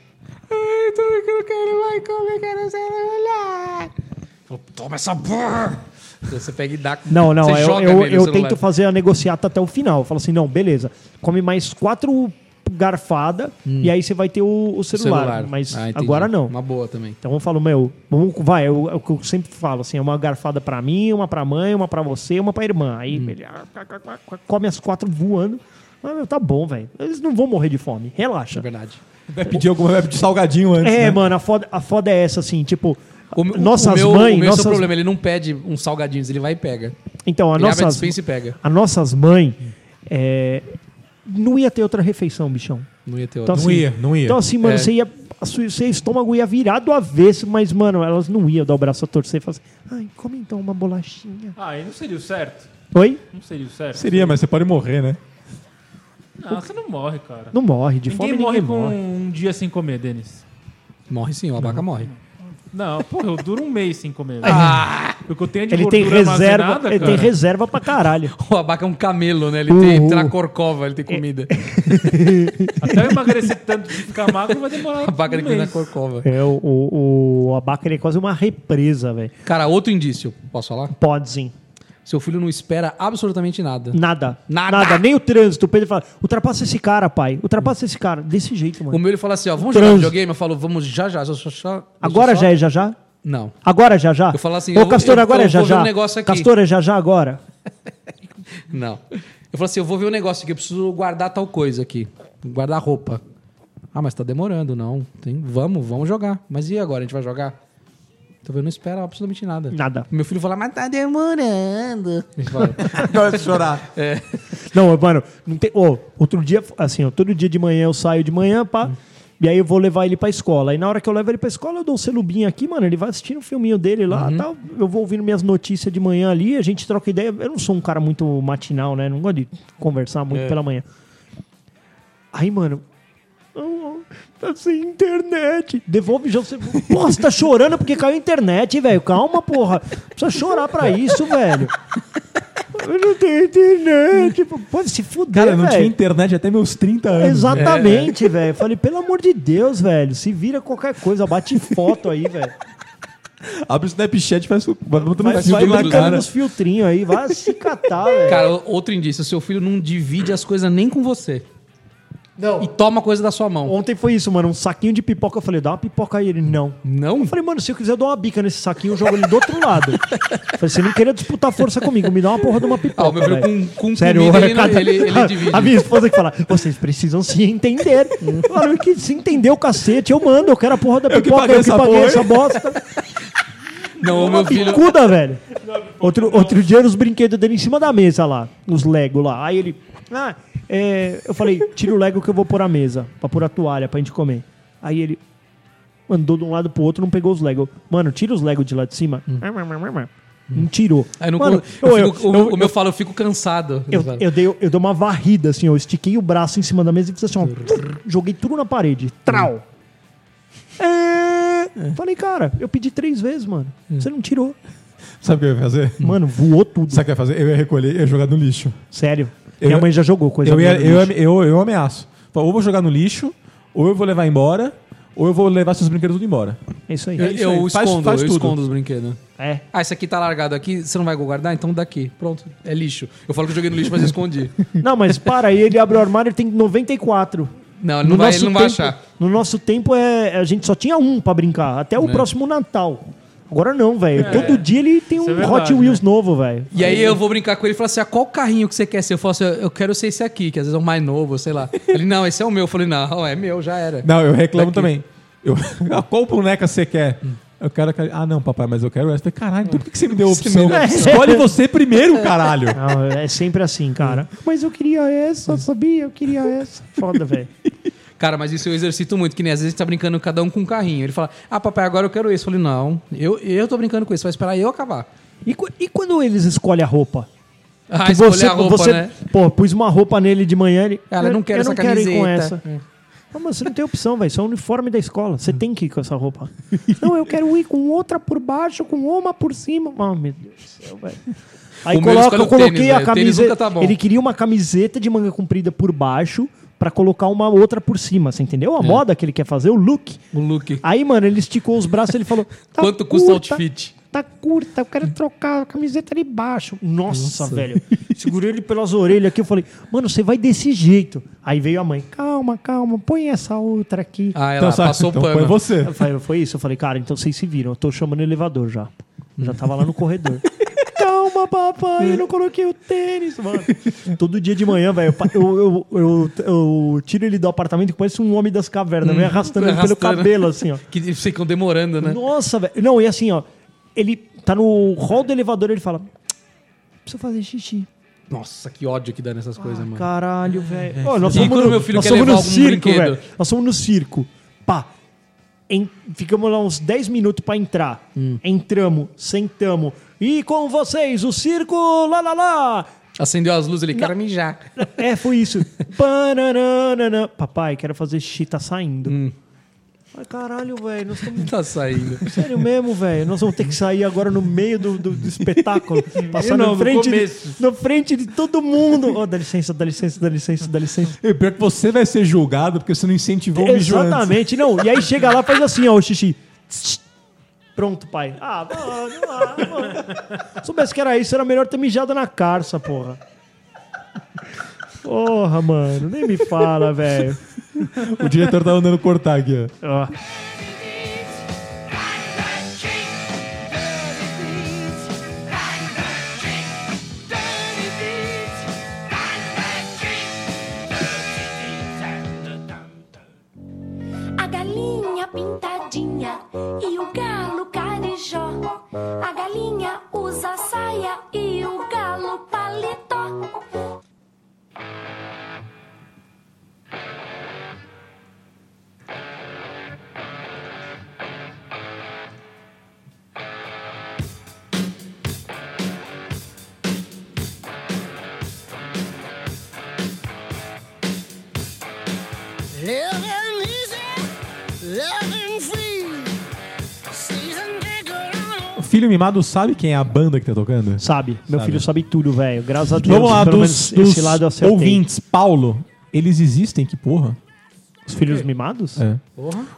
[SPEAKER 4] Ah, então eu não quero mais comer, quero o celular. Eu falo, Toma essa porra! Então Você pega e dá.
[SPEAKER 2] Não, não,
[SPEAKER 4] você
[SPEAKER 2] eu,
[SPEAKER 4] joga
[SPEAKER 2] eu,
[SPEAKER 4] nele o
[SPEAKER 2] eu
[SPEAKER 4] celular.
[SPEAKER 2] tento fazer a negociata até o final. Eu falo assim, não, beleza. Come mais quatro garfadas e aí você vai ter o, o
[SPEAKER 4] Hum. O
[SPEAKER 2] celular. Mas
[SPEAKER 4] Ah, entendi.
[SPEAKER 2] agora não.
[SPEAKER 4] Uma boa também.
[SPEAKER 2] Então eu falo, meu, vamos, vai, eu- é o que eu sempre falo, assim, é uma garfada pra
[SPEAKER 4] Hum.
[SPEAKER 2] mim, uma pra mãe, uma pra você, uma pra irmã. Aí ele ah, cá, cá, cá, cá, come as quatro voando. Mas, meu, tá bom, velho. Eles não vão morrer de fome. Relaxa.
[SPEAKER 4] É verdade.
[SPEAKER 1] Vai pedir alguma vai pedir salgadinho antes.
[SPEAKER 2] É,
[SPEAKER 1] né?
[SPEAKER 2] mano, a foda, a foda é essa, assim, tipo,
[SPEAKER 4] O, meu-
[SPEAKER 2] nossas
[SPEAKER 4] o meu,
[SPEAKER 2] mães.
[SPEAKER 4] o meu
[SPEAKER 2] nossas...
[SPEAKER 4] é o problema, ele não pede uns salgadinhos, ele vai e pega.
[SPEAKER 2] Então, a
[SPEAKER 4] Ele abre a
[SPEAKER 2] nossas,
[SPEAKER 4] dispensa e pega.
[SPEAKER 2] a nossas mães é, não ia ter outra refeição, bichão.
[SPEAKER 4] Não ia ter
[SPEAKER 2] Então,
[SPEAKER 4] outro.
[SPEAKER 1] Não
[SPEAKER 2] assim,
[SPEAKER 1] ia, não ia.
[SPEAKER 2] Então, assim, mano,
[SPEAKER 4] É.
[SPEAKER 2] você ia. a sua- Seu estômago ia virar do avesso, mas, mano, elas não iam dar o braço a torcer e falar assim: ai, come então uma bolachinha.
[SPEAKER 3] Ah, e não seria o certo?
[SPEAKER 2] Oi?
[SPEAKER 3] Não seria o certo?
[SPEAKER 1] Seria, mas você pode morrer, né?
[SPEAKER 3] Não, você não morre, cara.
[SPEAKER 2] Não morre, de
[SPEAKER 3] ninguém
[SPEAKER 2] fome
[SPEAKER 3] morre
[SPEAKER 2] ninguém
[SPEAKER 3] com
[SPEAKER 2] morre.
[SPEAKER 3] um dia sem comer, Denis.
[SPEAKER 4] Morre sim, o abaca morre.
[SPEAKER 3] Não, porra, eu duro um mês sem comer. O que eu tenho de
[SPEAKER 2] Ah. Ele tem
[SPEAKER 3] gordura
[SPEAKER 2] reserva,
[SPEAKER 3] armazenada,
[SPEAKER 2] ele tem
[SPEAKER 3] cara,
[SPEAKER 2] reserva pra caralho.
[SPEAKER 4] O abaca é um camelo, né? Ele tem,
[SPEAKER 2] Uhul. É,
[SPEAKER 4] tem na corcova, ele tem comida.
[SPEAKER 3] Até Então, eu emagrecer tanto de ficar magro vai demorar
[SPEAKER 4] O abaca
[SPEAKER 3] um
[SPEAKER 4] tem comida
[SPEAKER 3] mês.
[SPEAKER 4] na corcova.
[SPEAKER 2] É, o, o, o abaca ele é quase uma represa, velho.
[SPEAKER 4] Cara, outro indício, posso falar?
[SPEAKER 2] Pode sim.
[SPEAKER 4] Seu filho não espera absolutamente nada.
[SPEAKER 2] Nada.
[SPEAKER 4] Nada.
[SPEAKER 2] Nem o trânsito. O Pedro fala: ultrapassa esse cara, pai. Ultrapassa esse cara. Desse jeito,
[SPEAKER 4] O
[SPEAKER 2] mano.
[SPEAKER 4] meu ele fala assim, ó, vamos jogar
[SPEAKER 2] Trânsito.
[SPEAKER 4] videogame? Eu falo, vamos já já. só- só- só- só-
[SPEAKER 2] Agora
[SPEAKER 4] só-
[SPEAKER 2] já é já já?
[SPEAKER 4] Não.
[SPEAKER 2] Agora é já já?
[SPEAKER 4] Eu falo assim,
[SPEAKER 2] Ô,
[SPEAKER 4] eu-
[SPEAKER 2] Castor,
[SPEAKER 4] eu-
[SPEAKER 2] agora
[SPEAKER 4] eu
[SPEAKER 2] é já
[SPEAKER 4] vou ver
[SPEAKER 2] já?
[SPEAKER 4] um negócio aqui.
[SPEAKER 2] Castor é já já agora?
[SPEAKER 4] Não. Eu falo assim, eu vou ver um negócio aqui, eu preciso guardar tal coisa aqui. Guardar roupa. Ah, mas tá demorando, não. Tem, vamos, vamos jogar. Mas e agora? A gente vai jogar? Então ele não espera absolutamente nada.
[SPEAKER 2] Nada.
[SPEAKER 4] Meu filho fala, mas tá demorando. Ele fala,
[SPEAKER 1] Agora de chorar.
[SPEAKER 2] Não, mano, não tem. Ô, outro dia, assim, ó, todo dia de manhã eu saio de manhã, pá. E aí eu vou levar ele pra escola. E na hora que eu levo ele pra escola, eu dou um celubinho aqui, mano. Ele vai assistindo um filminho dele lá
[SPEAKER 4] Uhum.
[SPEAKER 2] tal. Eu vou ouvindo minhas notícias de manhã ali, a gente troca ideia. Eu não sou um cara muito matinal, né? Não gosto de conversar
[SPEAKER 4] É.
[SPEAKER 2] muito pela manhã. Aí, mano. "Oh, Tá sem internet. Devolve já. Você... Porra, você tá chorando porque caiu a internet, velho. Calma, porra. Não Precisa chorar pra isso, velho. Eu não tenho internet. Pô, se fuder,
[SPEAKER 1] Cara, eu não tinha
[SPEAKER 2] É, velho.
[SPEAKER 1] internet até meus 30
[SPEAKER 2] né?
[SPEAKER 1] anos. É.
[SPEAKER 2] Exatamente, velho. Falei, pelo amor de Deus, velho. Se vira qualquer coisa, bate foto aí, velho.
[SPEAKER 1] Abre o Snapchat e faz o. Bota
[SPEAKER 2] Mas
[SPEAKER 1] no
[SPEAKER 2] vai
[SPEAKER 1] filtro na
[SPEAKER 2] marcando
[SPEAKER 1] cara.
[SPEAKER 2] uns filtrinhos aí, vai se catar, velho.
[SPEAKER 4] Cara, o- outro indício, seu filho não divide as coisas nem com você. E toma coisa da sua mão.
[SPEAKER 2] Ontem foi isso, mano. Um saquinho de pipoca. Eu falei, dá uma pipoca aí. Ele, não.
[SPEAKER 4] Não?
[SPEAKER 2] Eu falei, mano, se eu quiser eu dou uma bica nesse saquinho, eu jogo ele do outro lado. Eu falei, você não queria disputar força comigo, me dá uma porra de uma pipoca.
[SPEAKER 4] Ah, o meu filho
[SPEAKER 2] velho.
[SPEAKER 4] com- com
[SPEAKER 2] Sério,
[SPEAKER 4] comida,
[SPEAKER 2] olha,
[SPEAKER 4] ele não-
[SPEAKER 2] cada-
[SPEAKER 4] ele- ele divide.
[SPEAKER 2] A minha esposa que fala, vocês precisam se entender. Eu falo, que se entender o cacete, eu mando, eu quero a porra da
[SPEAKER 1] Eu que
[SPEAKER 2] pipoca,
[SPEAKER 1] paguei
[SPEAKER 2] eu que
[SPEAKER 1] essa
[SPEAKER 2] paguei
[SPEAKER 1] porra.
[SPEAKER 2] essa bosta.
[SPEAKER 4] Não, o meu filho.
[SPEAKER 2] Picuda, velho. Outro, outro dia eram os brinquedos dele em cima da mesa lá, os Lego lá. Aí ele. Ah, é, eu falei, tira o Lego que eu vou pôr a mesa, pra pôr a toalha pra gente comer. Aí ele andou de um lado pro outro, não pegou os Lego. Mano, tira os Lego de lá de cima. Não tirou.
[SPEAKER 4] Aí eu não
[SPEAKER 2] Mano,
[SPEAKER 4] con- eu
[SPEAKER 2] eu-
[SPEAKER 4] fico- o,
[SPEAKER 2] eu-
[SPEAKER 4] o meu fala, eu fico cansado.
[SPEAKER 2] eu, eu, dei, eu dei uma varrida, assim, eu estiquei o braço em cima da mesa e fiz assim, ó,
[SPEAKER 4] Hum.
[SPEAKER 2] tum, joguei tudo na parede. Trau! É,
[SPEAKER 4] Hum.
[SPEAKER 2] Falei, cara, eu pedi três vezes, mano. Você não tirou.
[SPEAKER 1] Sabe o que eu ia fazer?
[SPEAKER 2] Mano, voou tudo.
[SPEAKER 1] Sabe o que eu ia fazer? Eu ia recolher e ia jogar no lixo.
[SPEAKER 2] Sério.
[SPEAKER 1] Eu-
[SPEAKER 2] Minha mãe já jogou coisa
[SPEAKER 1] Eu, ia-
[SPEAKER 2] minha no
[SPEAKER 1] eu,
[SPEAKER 2] lixo.
[SPEAKER 1] eu, eu ameaço. Falo, Ou vou jogar no lixo, ou eu vou levar embora, ou eu vou levar seus brinquedos tudo embora.
[SPEAKER 2] É isso aí.
[SPEAKER 4] Eu,
[SPEAKER 1] isso aí,
[SPEAKER 4] eu
[SPEAKER 1] faz-
[SPEAKER 4] escondo,
[SPEAKER 1] faz
[SPEAKER 4] eu
[SPEAKER 1] tudo.
[SPEAKER 4] escondo os brinquedos.
[SPEAKER 2] É.
[SPEAKER 4] Ah, esse aqui tá largado aqui, você não vai guardar? Então daqui. Pronto, é lixo. Eu falo que eu joguei no lixo, mas eu escondi.
[SPEAKER 2] Não, mas para aí, ele abre o armário e tem 94.
[SPEAKER 4] Não, ele não, vai, ele não vai
[SPEAKER 2] tempo-
[SPEAKER 4] achar.
[SPEAKER 2] No nosso tempo, é, a gente só tinha um pra brincar. Até o próximo Natal. Agora não, velho. Todo dia ele tem um
[SPEAKER 3] é
[SPEAKER 2] Hot
[SPEAKER 3] verdade,
[SPEAKER 2] Wheels novo, velho.
[SPEAKER 4] E aí eu vou brincar com ele e falar assim: ah, qual carrinho que você quer ser? Eu falo assim, eu quero ser esse aqui, que às vezes é o mais novo, sei lá. Ele, não, esse é o meu. Eu falei, não, é meu, já era.
[SPEAKER 1] Não, eu reclamo também. Eu, Ah, qual boneca você quer? Eu quero aquele. Ah, não, papai, mas eu quero essa. Eu falei, Caralho, então por que que você me deu a opção?
[SPEAKER 4] me deu
[SPEAKER 2] a opção.
[SPEAKER 1] Escolhe você primeiro, caralho.
[SPEAKER 2] Não, é sempre assim, cara. Mas eu queria essa, sabia? Eu queria essa. Foda, velho.
[SPEAKER 4] Cara, mas isso eu exercito muito, que nem às vezes tá brincando cada um com um carrinho. Ele fala, ah, papai, agora eu quero esse. Eu falei, não, eu, eu tô brincando com esse, vai esperar eu acabar.
[SPEAKER 2] E, qu- e quando eles escolhem a roupa?
[SPEAKER 4] Ah,
[SPEAKER 2] Que
[SPEAKER 4] escolher a roupa,
[SPEAKER 2] você-
[SPEAKER 4] né?
[SPEAKER 2] Pô, pus uma roupa nele de manhã. Ele,
[SPEAKER 4] Ela,
[SPEAKER 2] eu-
[SPEAKER 4] não quero
[SPEAKER 2] eu não
[SPEAKER 4] essa
[SPEAKER 2] quero ir com
[SPEAKER 4] camiseta. É.
[SPEAKER 2] essa. Não, mas você não tem opção, velho. Isso é o uniforme da escola. Você tem que ir com essa roupa. Não, eu quero ir com outra por baixo, com uma por cima. Ah, meu Deus do céu, velho. Aí
[SPEAKER 4] O meu
[SPEAKER 2] coloca,
[SPEAKER 4] escolhe
[SPEAKER 2] eu
[SPEAKER 4] o
[SPEAKER 2] coloquei
[SPEAKER 4] tênis,
[SPEAKER 2] a
[SPEAKER 4] velho. O tênis
[SPEAKER 2] camiseta.
[SPEAKER 4] nunca tá bom.
[SPEAKER 2] Ele queria uma camiseta de manga comprida por baixo pra colocar uma outra por cima, você entendeu? A
[SPEAKER 4] É.
[SPEAKER 2] moda que ele quer fazer, o look.
[SPEAKER 4] O look.
[SPEAKER 2] Aí, mano, ele esticou os braços e ele falou: "Tá
[SPEAKER 4] Quanto custa o
[SPEAKER 2] curta,
[SPEAKER 4] outfit?
[SPEAKER 2] Tá curta, eu quero trocar a camiseta de baixo. Nossa, velho. Segurei ele pelas orelhas aqui. Eu falei, mano, você vai desse jeito. Aí veio a mãe: calma, calma, põe essa outra aqui.
[SPEAKER 4] Ah, é. ela
[SPEAKER 1] Então, sabe,
[SPEAKER 4] passou o
[SPEAKER 1] então,
[SPEAKER 4] pano.
[SPEAKER 1] foi você.
[SPEAKER 2] Eu falei, foi isso. Eu falei, cara, então vocês se viram. Eu tô chamando o elevador já. Eu Já tava lá no corredor. Calma, Desculpa, papai, eu não coloquei o tênis, mano. Todo dia de manhã, velho, eu pa- eu, eu, eu, eu tiro ele do apartamento que parece um homem das cavernas, me arrastando, ele pelo
[SPEAKER 4] Hum. arrastando.
[SPEAKER 2] cabelo, assim, ó.
[SPEAKER 4] Que eles ficam demorando, né?
[SPEAKER 2] Nossa, velho. Não, e assim, ó, ele tá no hall do elevador, ele fala, "Tsk, preciso fazer xixi.
[SPEAKER 4] Nossa, que ódio que dá nessas coisas, mano.
[SPEAKER 2] Caralho, velho. Ó, nós
[SPEAKER 4] É, E
[SPEAKER 2] somos
[SPEAKER 4] quando
[SPEAKER 2] no,
[SPEAKER 4] meu filho
[SPEAKER 2] nós
[SPEAKER 4] quer
[SPEAKER 2] somos
[SPEAKER 4] levar
[SPEAKER 2] no
[SPEAKER 4] algum
[SPEAKER 2] circo,
[SPEAKER 4] brinquedo?
[SPEAKER 2] velho. Nós somos no circo. Pá. Em- ficamos lá uns 10 minutos pra entrar.
[SPEAKER 4] Hum.
[SPEAKER 2] Entramos, sentamos. E com vocês, o circo lá lá lá.
[SPEAKER 4] Acendeu as luzes, ele quer mijar.
[SPEAKER 2] É, foi isso. Pananana. Papai, quero fazer xixi, tá saindo.
[SPEAKER 4] Hum.
[SPEAKER 2] Ai, caralho, velho, nós estamos
[SPEAKER 4] Tá saindo.
[SPEAKER 2] Sério mesmo, velho? Nós vamos ter que sair agora no meio do, do- do espetáculo. Passar
[SPEAKER 3] não,
[SPEAKER 2] na
[SPEAKER 3] no
[SPEAKER 2] frente, de,
[SPEAKER 3] começo.
[SPEAKER 2] na frente de todo mundo. Oh, dá licença, dá licença, dá licença, dá licença.
[SPEAKER 1] E pior é que você vai ser julgado porque você não incentivou o mijo antes.
[SPEAKER 2] Exatamente, não. E aí chega lá, faz assim, ó, o xixi. Tss, Pronto, pai. Ah, mano, ah, mano. Soubesse que era isso, era melhor ter mijado na carça, porra. Porra, mano, nem me fala, velho.
[SPEAKER 1] O diretor tá andando cortar aqui, ó.
[SPEAKER 2] Ó.
[SPEAKER 5] A galinha pintadinha e o galo carijó. A galinha usa saia e o galo paletó.
[SPEAKER 6] Living easy, living free. Season ticket on
[SPEAKER 1] O filho mimado sabe quem é a banda que tá tocando?
[SPEAKER 2] Sabe, meu filho sabe tudo, velho. Graças a Deus.
[SPEAKER 1] Vamos lá,
[SPEAKER 2] pelo
[SPEAKER 1] dos,
[SPEAKER 2] menos
[SPEAKER 1] dos
[SPEAKER 2] esse lado eu acertei.
[SPEAKER 1] ouvintes. Paulo, eles existem, que porra.
[SPEAKER 2] Os filhos mimados?
[SPEAKER 1] É.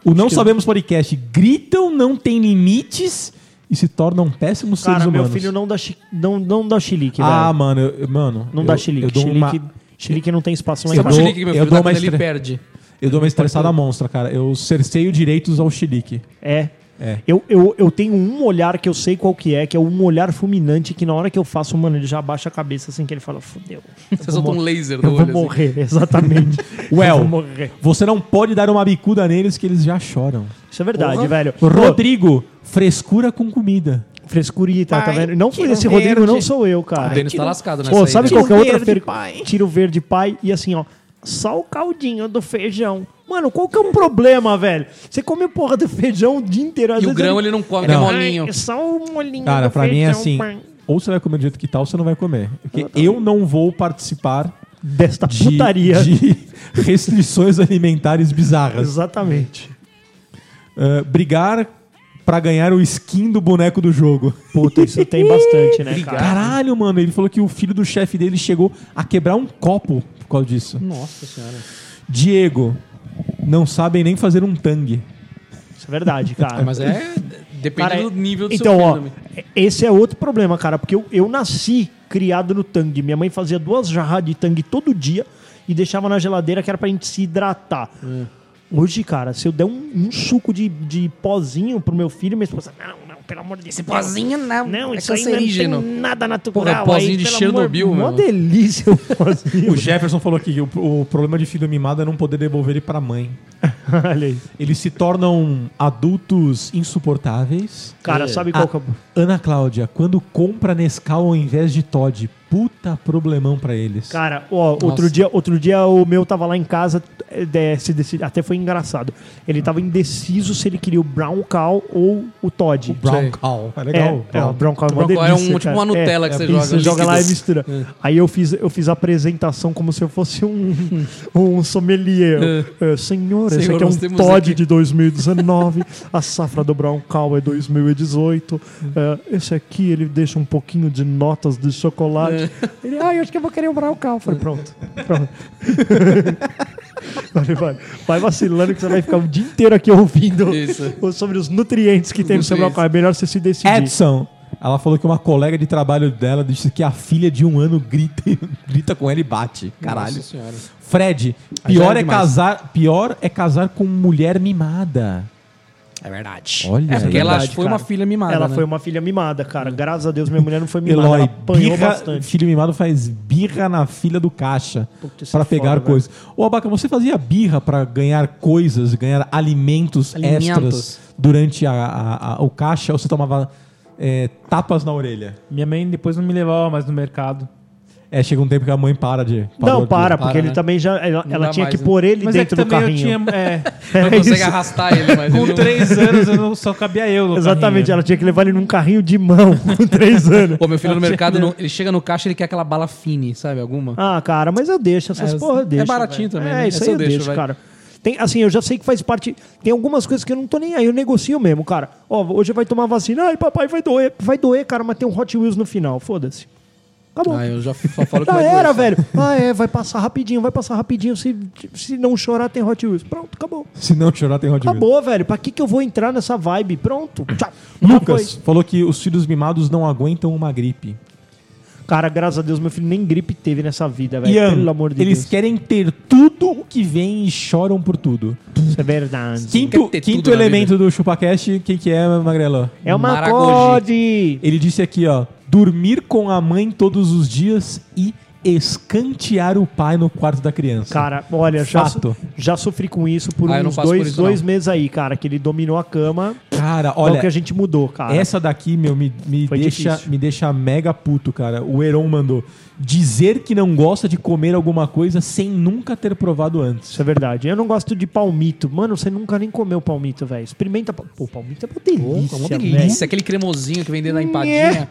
[SPEAKER 1] O Não Sabemos Podcast gritam, não tem limites e se tornam péssimos
[SPEAKER 2] Cara,
[SPEAKER 1] seres
[SPEAKER 2] meu
[SPEAKER 1] humanos.
[SPEAKER 2] filho não dá, chi- não, não dá chilique,
[SPEAKER 1] Ah,
[SPEAKER 2] velho.
[SPEAKER 1] mano, eu- eu- mano.
[SPEAKER 2] Não
[SPEAKER 1] eu,
[SPEAKER 2] dá chilique.
[SPEAKER 1] Eu dou,
[SPEAKER 2] chilique,
[SPEAKER 1] uma,
[SPEAKER 2] chilique não tem espaço lá
[SPEAKER 1] Eu
[SPEAKER 2] em
[SPEAKER 4] Sabe o
[SPEAKER 1] dou-
[SPEAKER 2] casa.
[SPEAKER 4] chilique que meu
[SPEAKER 1] eu
[SPEAKER 4] filho
[SPEAKER 1] dou
[SPEAKER 4] dá
[SPEAKER 1] uma
[SPEAKER 4] quando ele
[SPEAKER 1] estre-
[SPEAKER 4] perde?
[SPEAKER 1] eu dou uma estressada monstra, cara. Eu cerceio direitos ao xilique.
[SPEAKER 2] É.
[SPEAKER 1] É.
[SPEAKER 2] Eu, eu, eu tenho um olhar que eu sei qual que é, que é um olhar fulminante, que na hora que eu faço, mano, ele já abaixa a cabeça assim, que ele fala, fudeu. eu
[SPEAKER 4] Você
[SPEAKER 2] vou
[SPEAKER 4] solta um
[SPEAKER 2] mor-
[SPEAKER 4] laser do
[SPEAKER 2] Eu vou
[SPEAKER 4] olho. assim.
[SPEAKER 2] morrer, exatamente. Eu vou
[SPEAKER 1] Well,
[SPEAKER 2] morrer.
[SPEAKER 1] você não pode dar uma bicuda neles que eles já choram.
[SPEAKER 2] Isso é verdade, velho.
[SPEAKER 1] Rodrigo, frescura com comida.
[SPEAKER 2] Ô, Frescurita, tá
[SPEAKER 4] Ai,
[SPEAKER 2] vendo? Não foi
[SPEAKER 4] tiro
[SPEAKER 2] esse Rodrigo, não
[SPEAKER 4] verde.
[SPEAKER 2] sou eu, cara.
[SPEAKER 4] O Denis tá lascado nessa
[SPEAKER 2] Ô,
[SPEAKER 4] aí,
[SPEAKER 2] sabe
[SPEAKER 4] né?
[SPEAKER 2] qual que é outra
[SPEAKER 1] verde,
[SPEAKER 2] feira?
[SPEAKER 1] pai.
[SPEAKER 2] Tiro verde pai e assim, ó. Só o caldinho do feijão. Mano, qual que é o problema, velho? Você come porra do feijão o dia inteiro. às
[SPEAKER 4] E o
[SPEAKER 2] vezes
[SPEAKER 4] grão
[SPEAKER 2] ele-
[SPEAKER 4] ele não come,
[SPEAKER 1] Não.
[SPEAKER 4] é molinho.
[SPEAKER 6] the so molinho.
[SPEAKER 1] Cara, pra mim é assim,
[SPEAKER 6] pai.
[SPEAKER 1] ou você vai comer do jeito que tal, ou você não vai comer. Porque eu não vou participar
[SPEAKER 2] Desta
[SPEAKER 1] de,
[SPEAKER 2] putaria.
[SPEAKER 1] de restrições alimentares bizarras.
[SPEAKER 2] Exatamente.
[SPEAKER 1] Ah, brigar pra ganhar o skin do boneco do jogo.
[SPEAKER 2] Puta,
[SPEAKER 1] é
[SPEAKER 2] isso tem bastante, né, cara?
[SPEAKER 1] Caralho, mano, ele falou que o filho do chefe dele chegou a quebrar um copo por causa disso.
[SPEAKER 4] Nossa senhora.
[SPEAKER 1] Diego, não sabem nem fazer um tangue.
[SPEAKER 2] Isso é verdade, cara.
[SPEAKER 4] Mas é. Depende
[SPEAKER 2] Cara,
[SPEAKER 4] do nível do
[SPEAKER 2] então,
[SPEAKER 4] seu
[SPEAKER 2] ó,
[SPEAKER 4] filho também.
[SPEAKER 2] esse é outro problema, cara, porque eu, eu nasci criado no tangue. Minha mãe fazia duas jarras de tangue todo dia e deixava na geladeira que era pra gente se hidratar.
[SPEAKER 4] É.
[SPEAKER 2] Hoje, cara, se eu der um, um suco de, de pozinho pro meu filho, minha esposa, não, não, pelo amor de Deus. Esse
[SPEAKER 4] pozinho não,
[SPEAKER 2] Não,
[SPEAKER 4] é
[SPEAKER 2] isso aí não
[SPEAKER 4] cancerígeno.
[SPEAKER 2] tem nada natural.
[SPEAKER 4] Porra, pozinho
[SPEAKER 2] aí,
[SPEAKER 4] de
[SPEAKER 2] pelo
[SPEAKER 4] Chernobyl,
[SPEAKER 2] amor, Mó
[SPEAKER 4] meu.
[SPEAKER 2] delícia o pozinho.
[SPEAKER 1] O Jefferson falou aqui que o, o problema de filho mimado é não poder devolver ele pra mãe.
[SPEAKER 2] Olha aí.
[SPEAKER 1] Eles se tornam adultos insuportáveis.
[SPEAKER 2] Cara, sabe
[SPEAKER 4] Ah,
[SPEAKER 2] qual que é o...
[SPEAKER 1] A Ana Cláudia, quando compra Nescau ao invés de Todd, puta problemão pra eles.
[SPEAKER 2] Cara, ó, outro, dia, outro dia o meu tava lá em casa, eh, de- se decidi- até foi engraçado. Ele tava indeciso se ele queria o Brown Cow ou o Todd.
[SPEAKER 1] O Brown Cow. É legal.
[SPEAKER 2] É, é, o Brown Cow é uma
[SPEAKER 4] Brown Cow é
[SPEAKER 2] delícia,
[SPEAKER 4] um- tipo
[SPEAKER 2] cara. é
[SPEAKER 4] uma Nutella que você joga, É.
[SPEAKER 2] Você joga lá e
[SPEAKER 4] líquidos.
[SPEAKER 2] mistura. Aí eu fiz, eu fiz a apresentação como se eu fosse um, um sommelier. Eh, senhor, esse
[SPEAKER 4] Senhor,
[SPEAKER 2] aqui é
[SPEAKER 4] nós
[SPEAKER 2] um
[SPEAKER 4] temos
[SPEAKER 2] Todd
[SPEAKER 4] aqui-
[SPEAKER 2] de 2019. a safra do Brown Cow é 2018. Eh, esse aqui, ele deixa um pouquinho de notas de chocolate.
[SPEAKER 4] É.
[SPEAKER 2] Ele, ah, eu acho que eu vou querer o Brown Cow. Eu Falei, pronto, pronto. Falei, vai, vai vacilando que você vai ficar o dia inteiro aqui ouvindo
[SPEAKER 4] Isso.
[SPEAKER 2] sobre os nutrientes que tem no seu Brown Cow. É melhor você se decidir.
[SPEAKER 1] Edson. Ela falou que uma colega de trabalho dela disse que a filha de um ano grita, grita com ela e bate. Caralho.
[SPEAKER 4] Nossa senhora.
[SPEAKER 1] Fred, pior
[SPEAKER 4] já é
[SPEAKER 1] é,
[SPEAKER 4] demais.
[SPEAKER 1] casar, pior é casar com mulher mimada.
[SPEAKER 4] É verdade.
[SPEAKER 1] Olha
[SPEAKER 4] é porque
[SPEAKER 1] aí.
[SPEAKER 4] ela
[SPEAKER 2] Verdade,
[SPEAKER 4] foi
[SPEAKER 2] cara.
[SPEAKER 4] uma filha mimada.
[SPEAKER 2] Ela
[SPEAKER 4] né?
[SPEAKER 2] foi uma filha mimada, cara. Graças a Deus minha mulher não foi mimada.
[SPEAKER 1] Eloy,
[SPEAKER 2] ela apanhou
[SPEAKER 1] birra,
[SPEAKER 2] bastante.
[SPEAKER 1] filho mimado faz birra na filha do caixa
[SPEAKER 2] Puta, isso
[SPEAKER 1] pra
[SPEAKER 2] é
[SPEAKER 1] pegar
[SPEAKER 2] foda, velho.
[SPEAKER 1] coisas. Ô, Abaca, você fazia birra pra ganhar coisas, ganhar alimentos,
[SPEAKER 4] Alimentos.
[SPEAKER 1] extras durante a, a- a- o caixa ou você tomava é, tapas na orelha?
[SPEAKER 3] Minha mãe depois não me levava mais no mercado.
[SPEAKER 1] É, chega um tempo que a mãe para de... parou
[SPEAKER 2] Não,
[SPEAKER 1] de-
[SPEAKER 2] para, porque
[SPEAKER 4] Para,
[SPEAKER 2] ele
[SPEAKER 4] né?
[SPEAKER 2] também já. Ela,
[SPEAKER 4] Não
[SPEAKER 2] ela
[SPEAKER 4] dá
[SPEAKER 2] tinha
[SPEAKER 4] mais,
[SPEAKER 2] que
[SPEAKER 4] né?
[SPEAKER 2] pôr ele
[SPEAKER 3] Mas é que
[SPEAKER 2] dentro do
[SPEAKER 3] também eu
[SPEAKER 2] carrinho.
[SPEAKER 3] tinha. é,
[SPEAKER 4] Não consegue
[SPEAKER 2] isso.
[SPEAKER 4] arrastar ele, mas ele é um
[SPEAKER 3] com
[SPEAKER 4] não-
[SPEAKER 3] três anos eu não- só cabia eu. no
[SPEAKER 2] Exatamente,
[SPEAKER 3] carrinho.
[SPEAKER 2] ela tinha que levar ele num carrinho de mão com três anos.
[SPEAKER 4] Pô, meu filho no mercado, não- ele chega no caixa ele quer aquela bala fine, sabe? Alguma?
[SPEAKER 2] Ah, cara, mas eu deixo essas
[SPEAKER 4] É,
[SPEAKER 2] porra, eu
[SPEAKER 4] é
[SPEAKER 2] deixo.
[SPEAKER 4] baratinho
[SPEAKER 2] velho.
[SPEAKER 4] também,
[SPEAKER 2] É,
[SPEAKER 4] né?
[SPEAKER 2] isso
[SPEAKER 4] Essa
[SPEAKER 2] aí eu
[SPEAKER 4] eu deixo,
[SPEAKER 2] deixo,
[SPEAKER 4] velho.
[SPEAKER 2] cara. Tem, assim, eu já sei que faz parte. Tem algumas coisas que eu não tô nem aí, eu negocio mesmo, cara. Ó, hoje vai tomar vacina. Ai, papai, vai doer. Vai doer, cara, mas tem um Hot Wheels no final. Foda-se. Acabou.
[SPEAKER 4] Ah, eu já f- só falo que
[SPEAKER 2] Já
[SPEAKER 4] vai doer.
[SPEAKER 2] era, velho. Ah, é, vai passar rapidinho, vai passar rapidinho. Se, se não chorar, tem Hot Wheels. Pronto, acabou.
[SPEAKER 1] Se não chorar, tem Hot Wheels.
[SPEAKER 2] Acabou, velho. Pra que, que eu vou entrar nessa vibe? Pronto. Tchau. Já
[SPEAKER 1] Lucas
[SPEAKER 2] foi.
[SPEAKER 1] falou que os filhos mimados não aguentam uma gripe.
[SPEAKER 2] Cara, graças a Deus, meu filho nem gripe teve nessa vida, velho.
[SPEAKER 1] Ian,
[SPEAKER 2] Pelo amor de
[SPEAKER 1] eles
[SPEAKER 2] Deus.
[SPEAKER 1] querem ter tudo o que vem e choram por tudo.
[SPEAKER 2] Isso é verdade.
[SPEAKER 1] Quinto,
[SPEAKER 4] Quer ter
[SPEAKER 1] quinto
[SPEAKER 4] tudo na
[SPEAKER 1] elemento do ChupaCast, quem que é, Magrela?
[SPEAKER 2] É uma
[SPEAKER 4] Maragogi.
[SPEAKER 2] code.
[SPEAKER 1] Ele disse aqui, ó, dormir com a mãe todos os dias e escantear o pai no quarto da criança.
[SPEAKER 2] Cara, olha, já,
[SPEAKER 1] Fato.
[SPEAKER 2] su- já sofri com isso por
[SPEAKER 4] Ah, eu não
[SPEAKER 2] uns
[SPEAKER 4] passo por
[SPEAKER 2] dois,
[SPEAKER 4] isso,
[SPEAKER 2] dois
[SPEAKER 4] não.
[SPEAKER 2] meses aí, cara, que ele dominou a cama.
[SPEAKER 1] Cara,
[SPEAKER 2] Olha,
[SPEAKER 1] olha,
[SPEAKER 2] que a gente mudou, cara.
[SPEAKER 1] essa daqui, meu, me, me
[SPEAKER 2] Foi
[SPEAKER 1] deixa,
[SPEAKER 2] difícil.
[SPEAKER 1] me deixa mega puto, cara. O Heron mandou dizer que não gosta de comer alguma coisa sem nunca ter provado antes.
[SPEAKER 2] Isso é verdade. Eu não gosto de palmito. Mano, você nunca nem comeu palmito, velho. Experimenta. pal- Pô, palmito é uma delícia,
[SPEAKER 4] Pô, uma
[SPEAKER 2] velho.
[SPEAKER 4] delícia, aquele cremosinho que vem dentro da empadinha.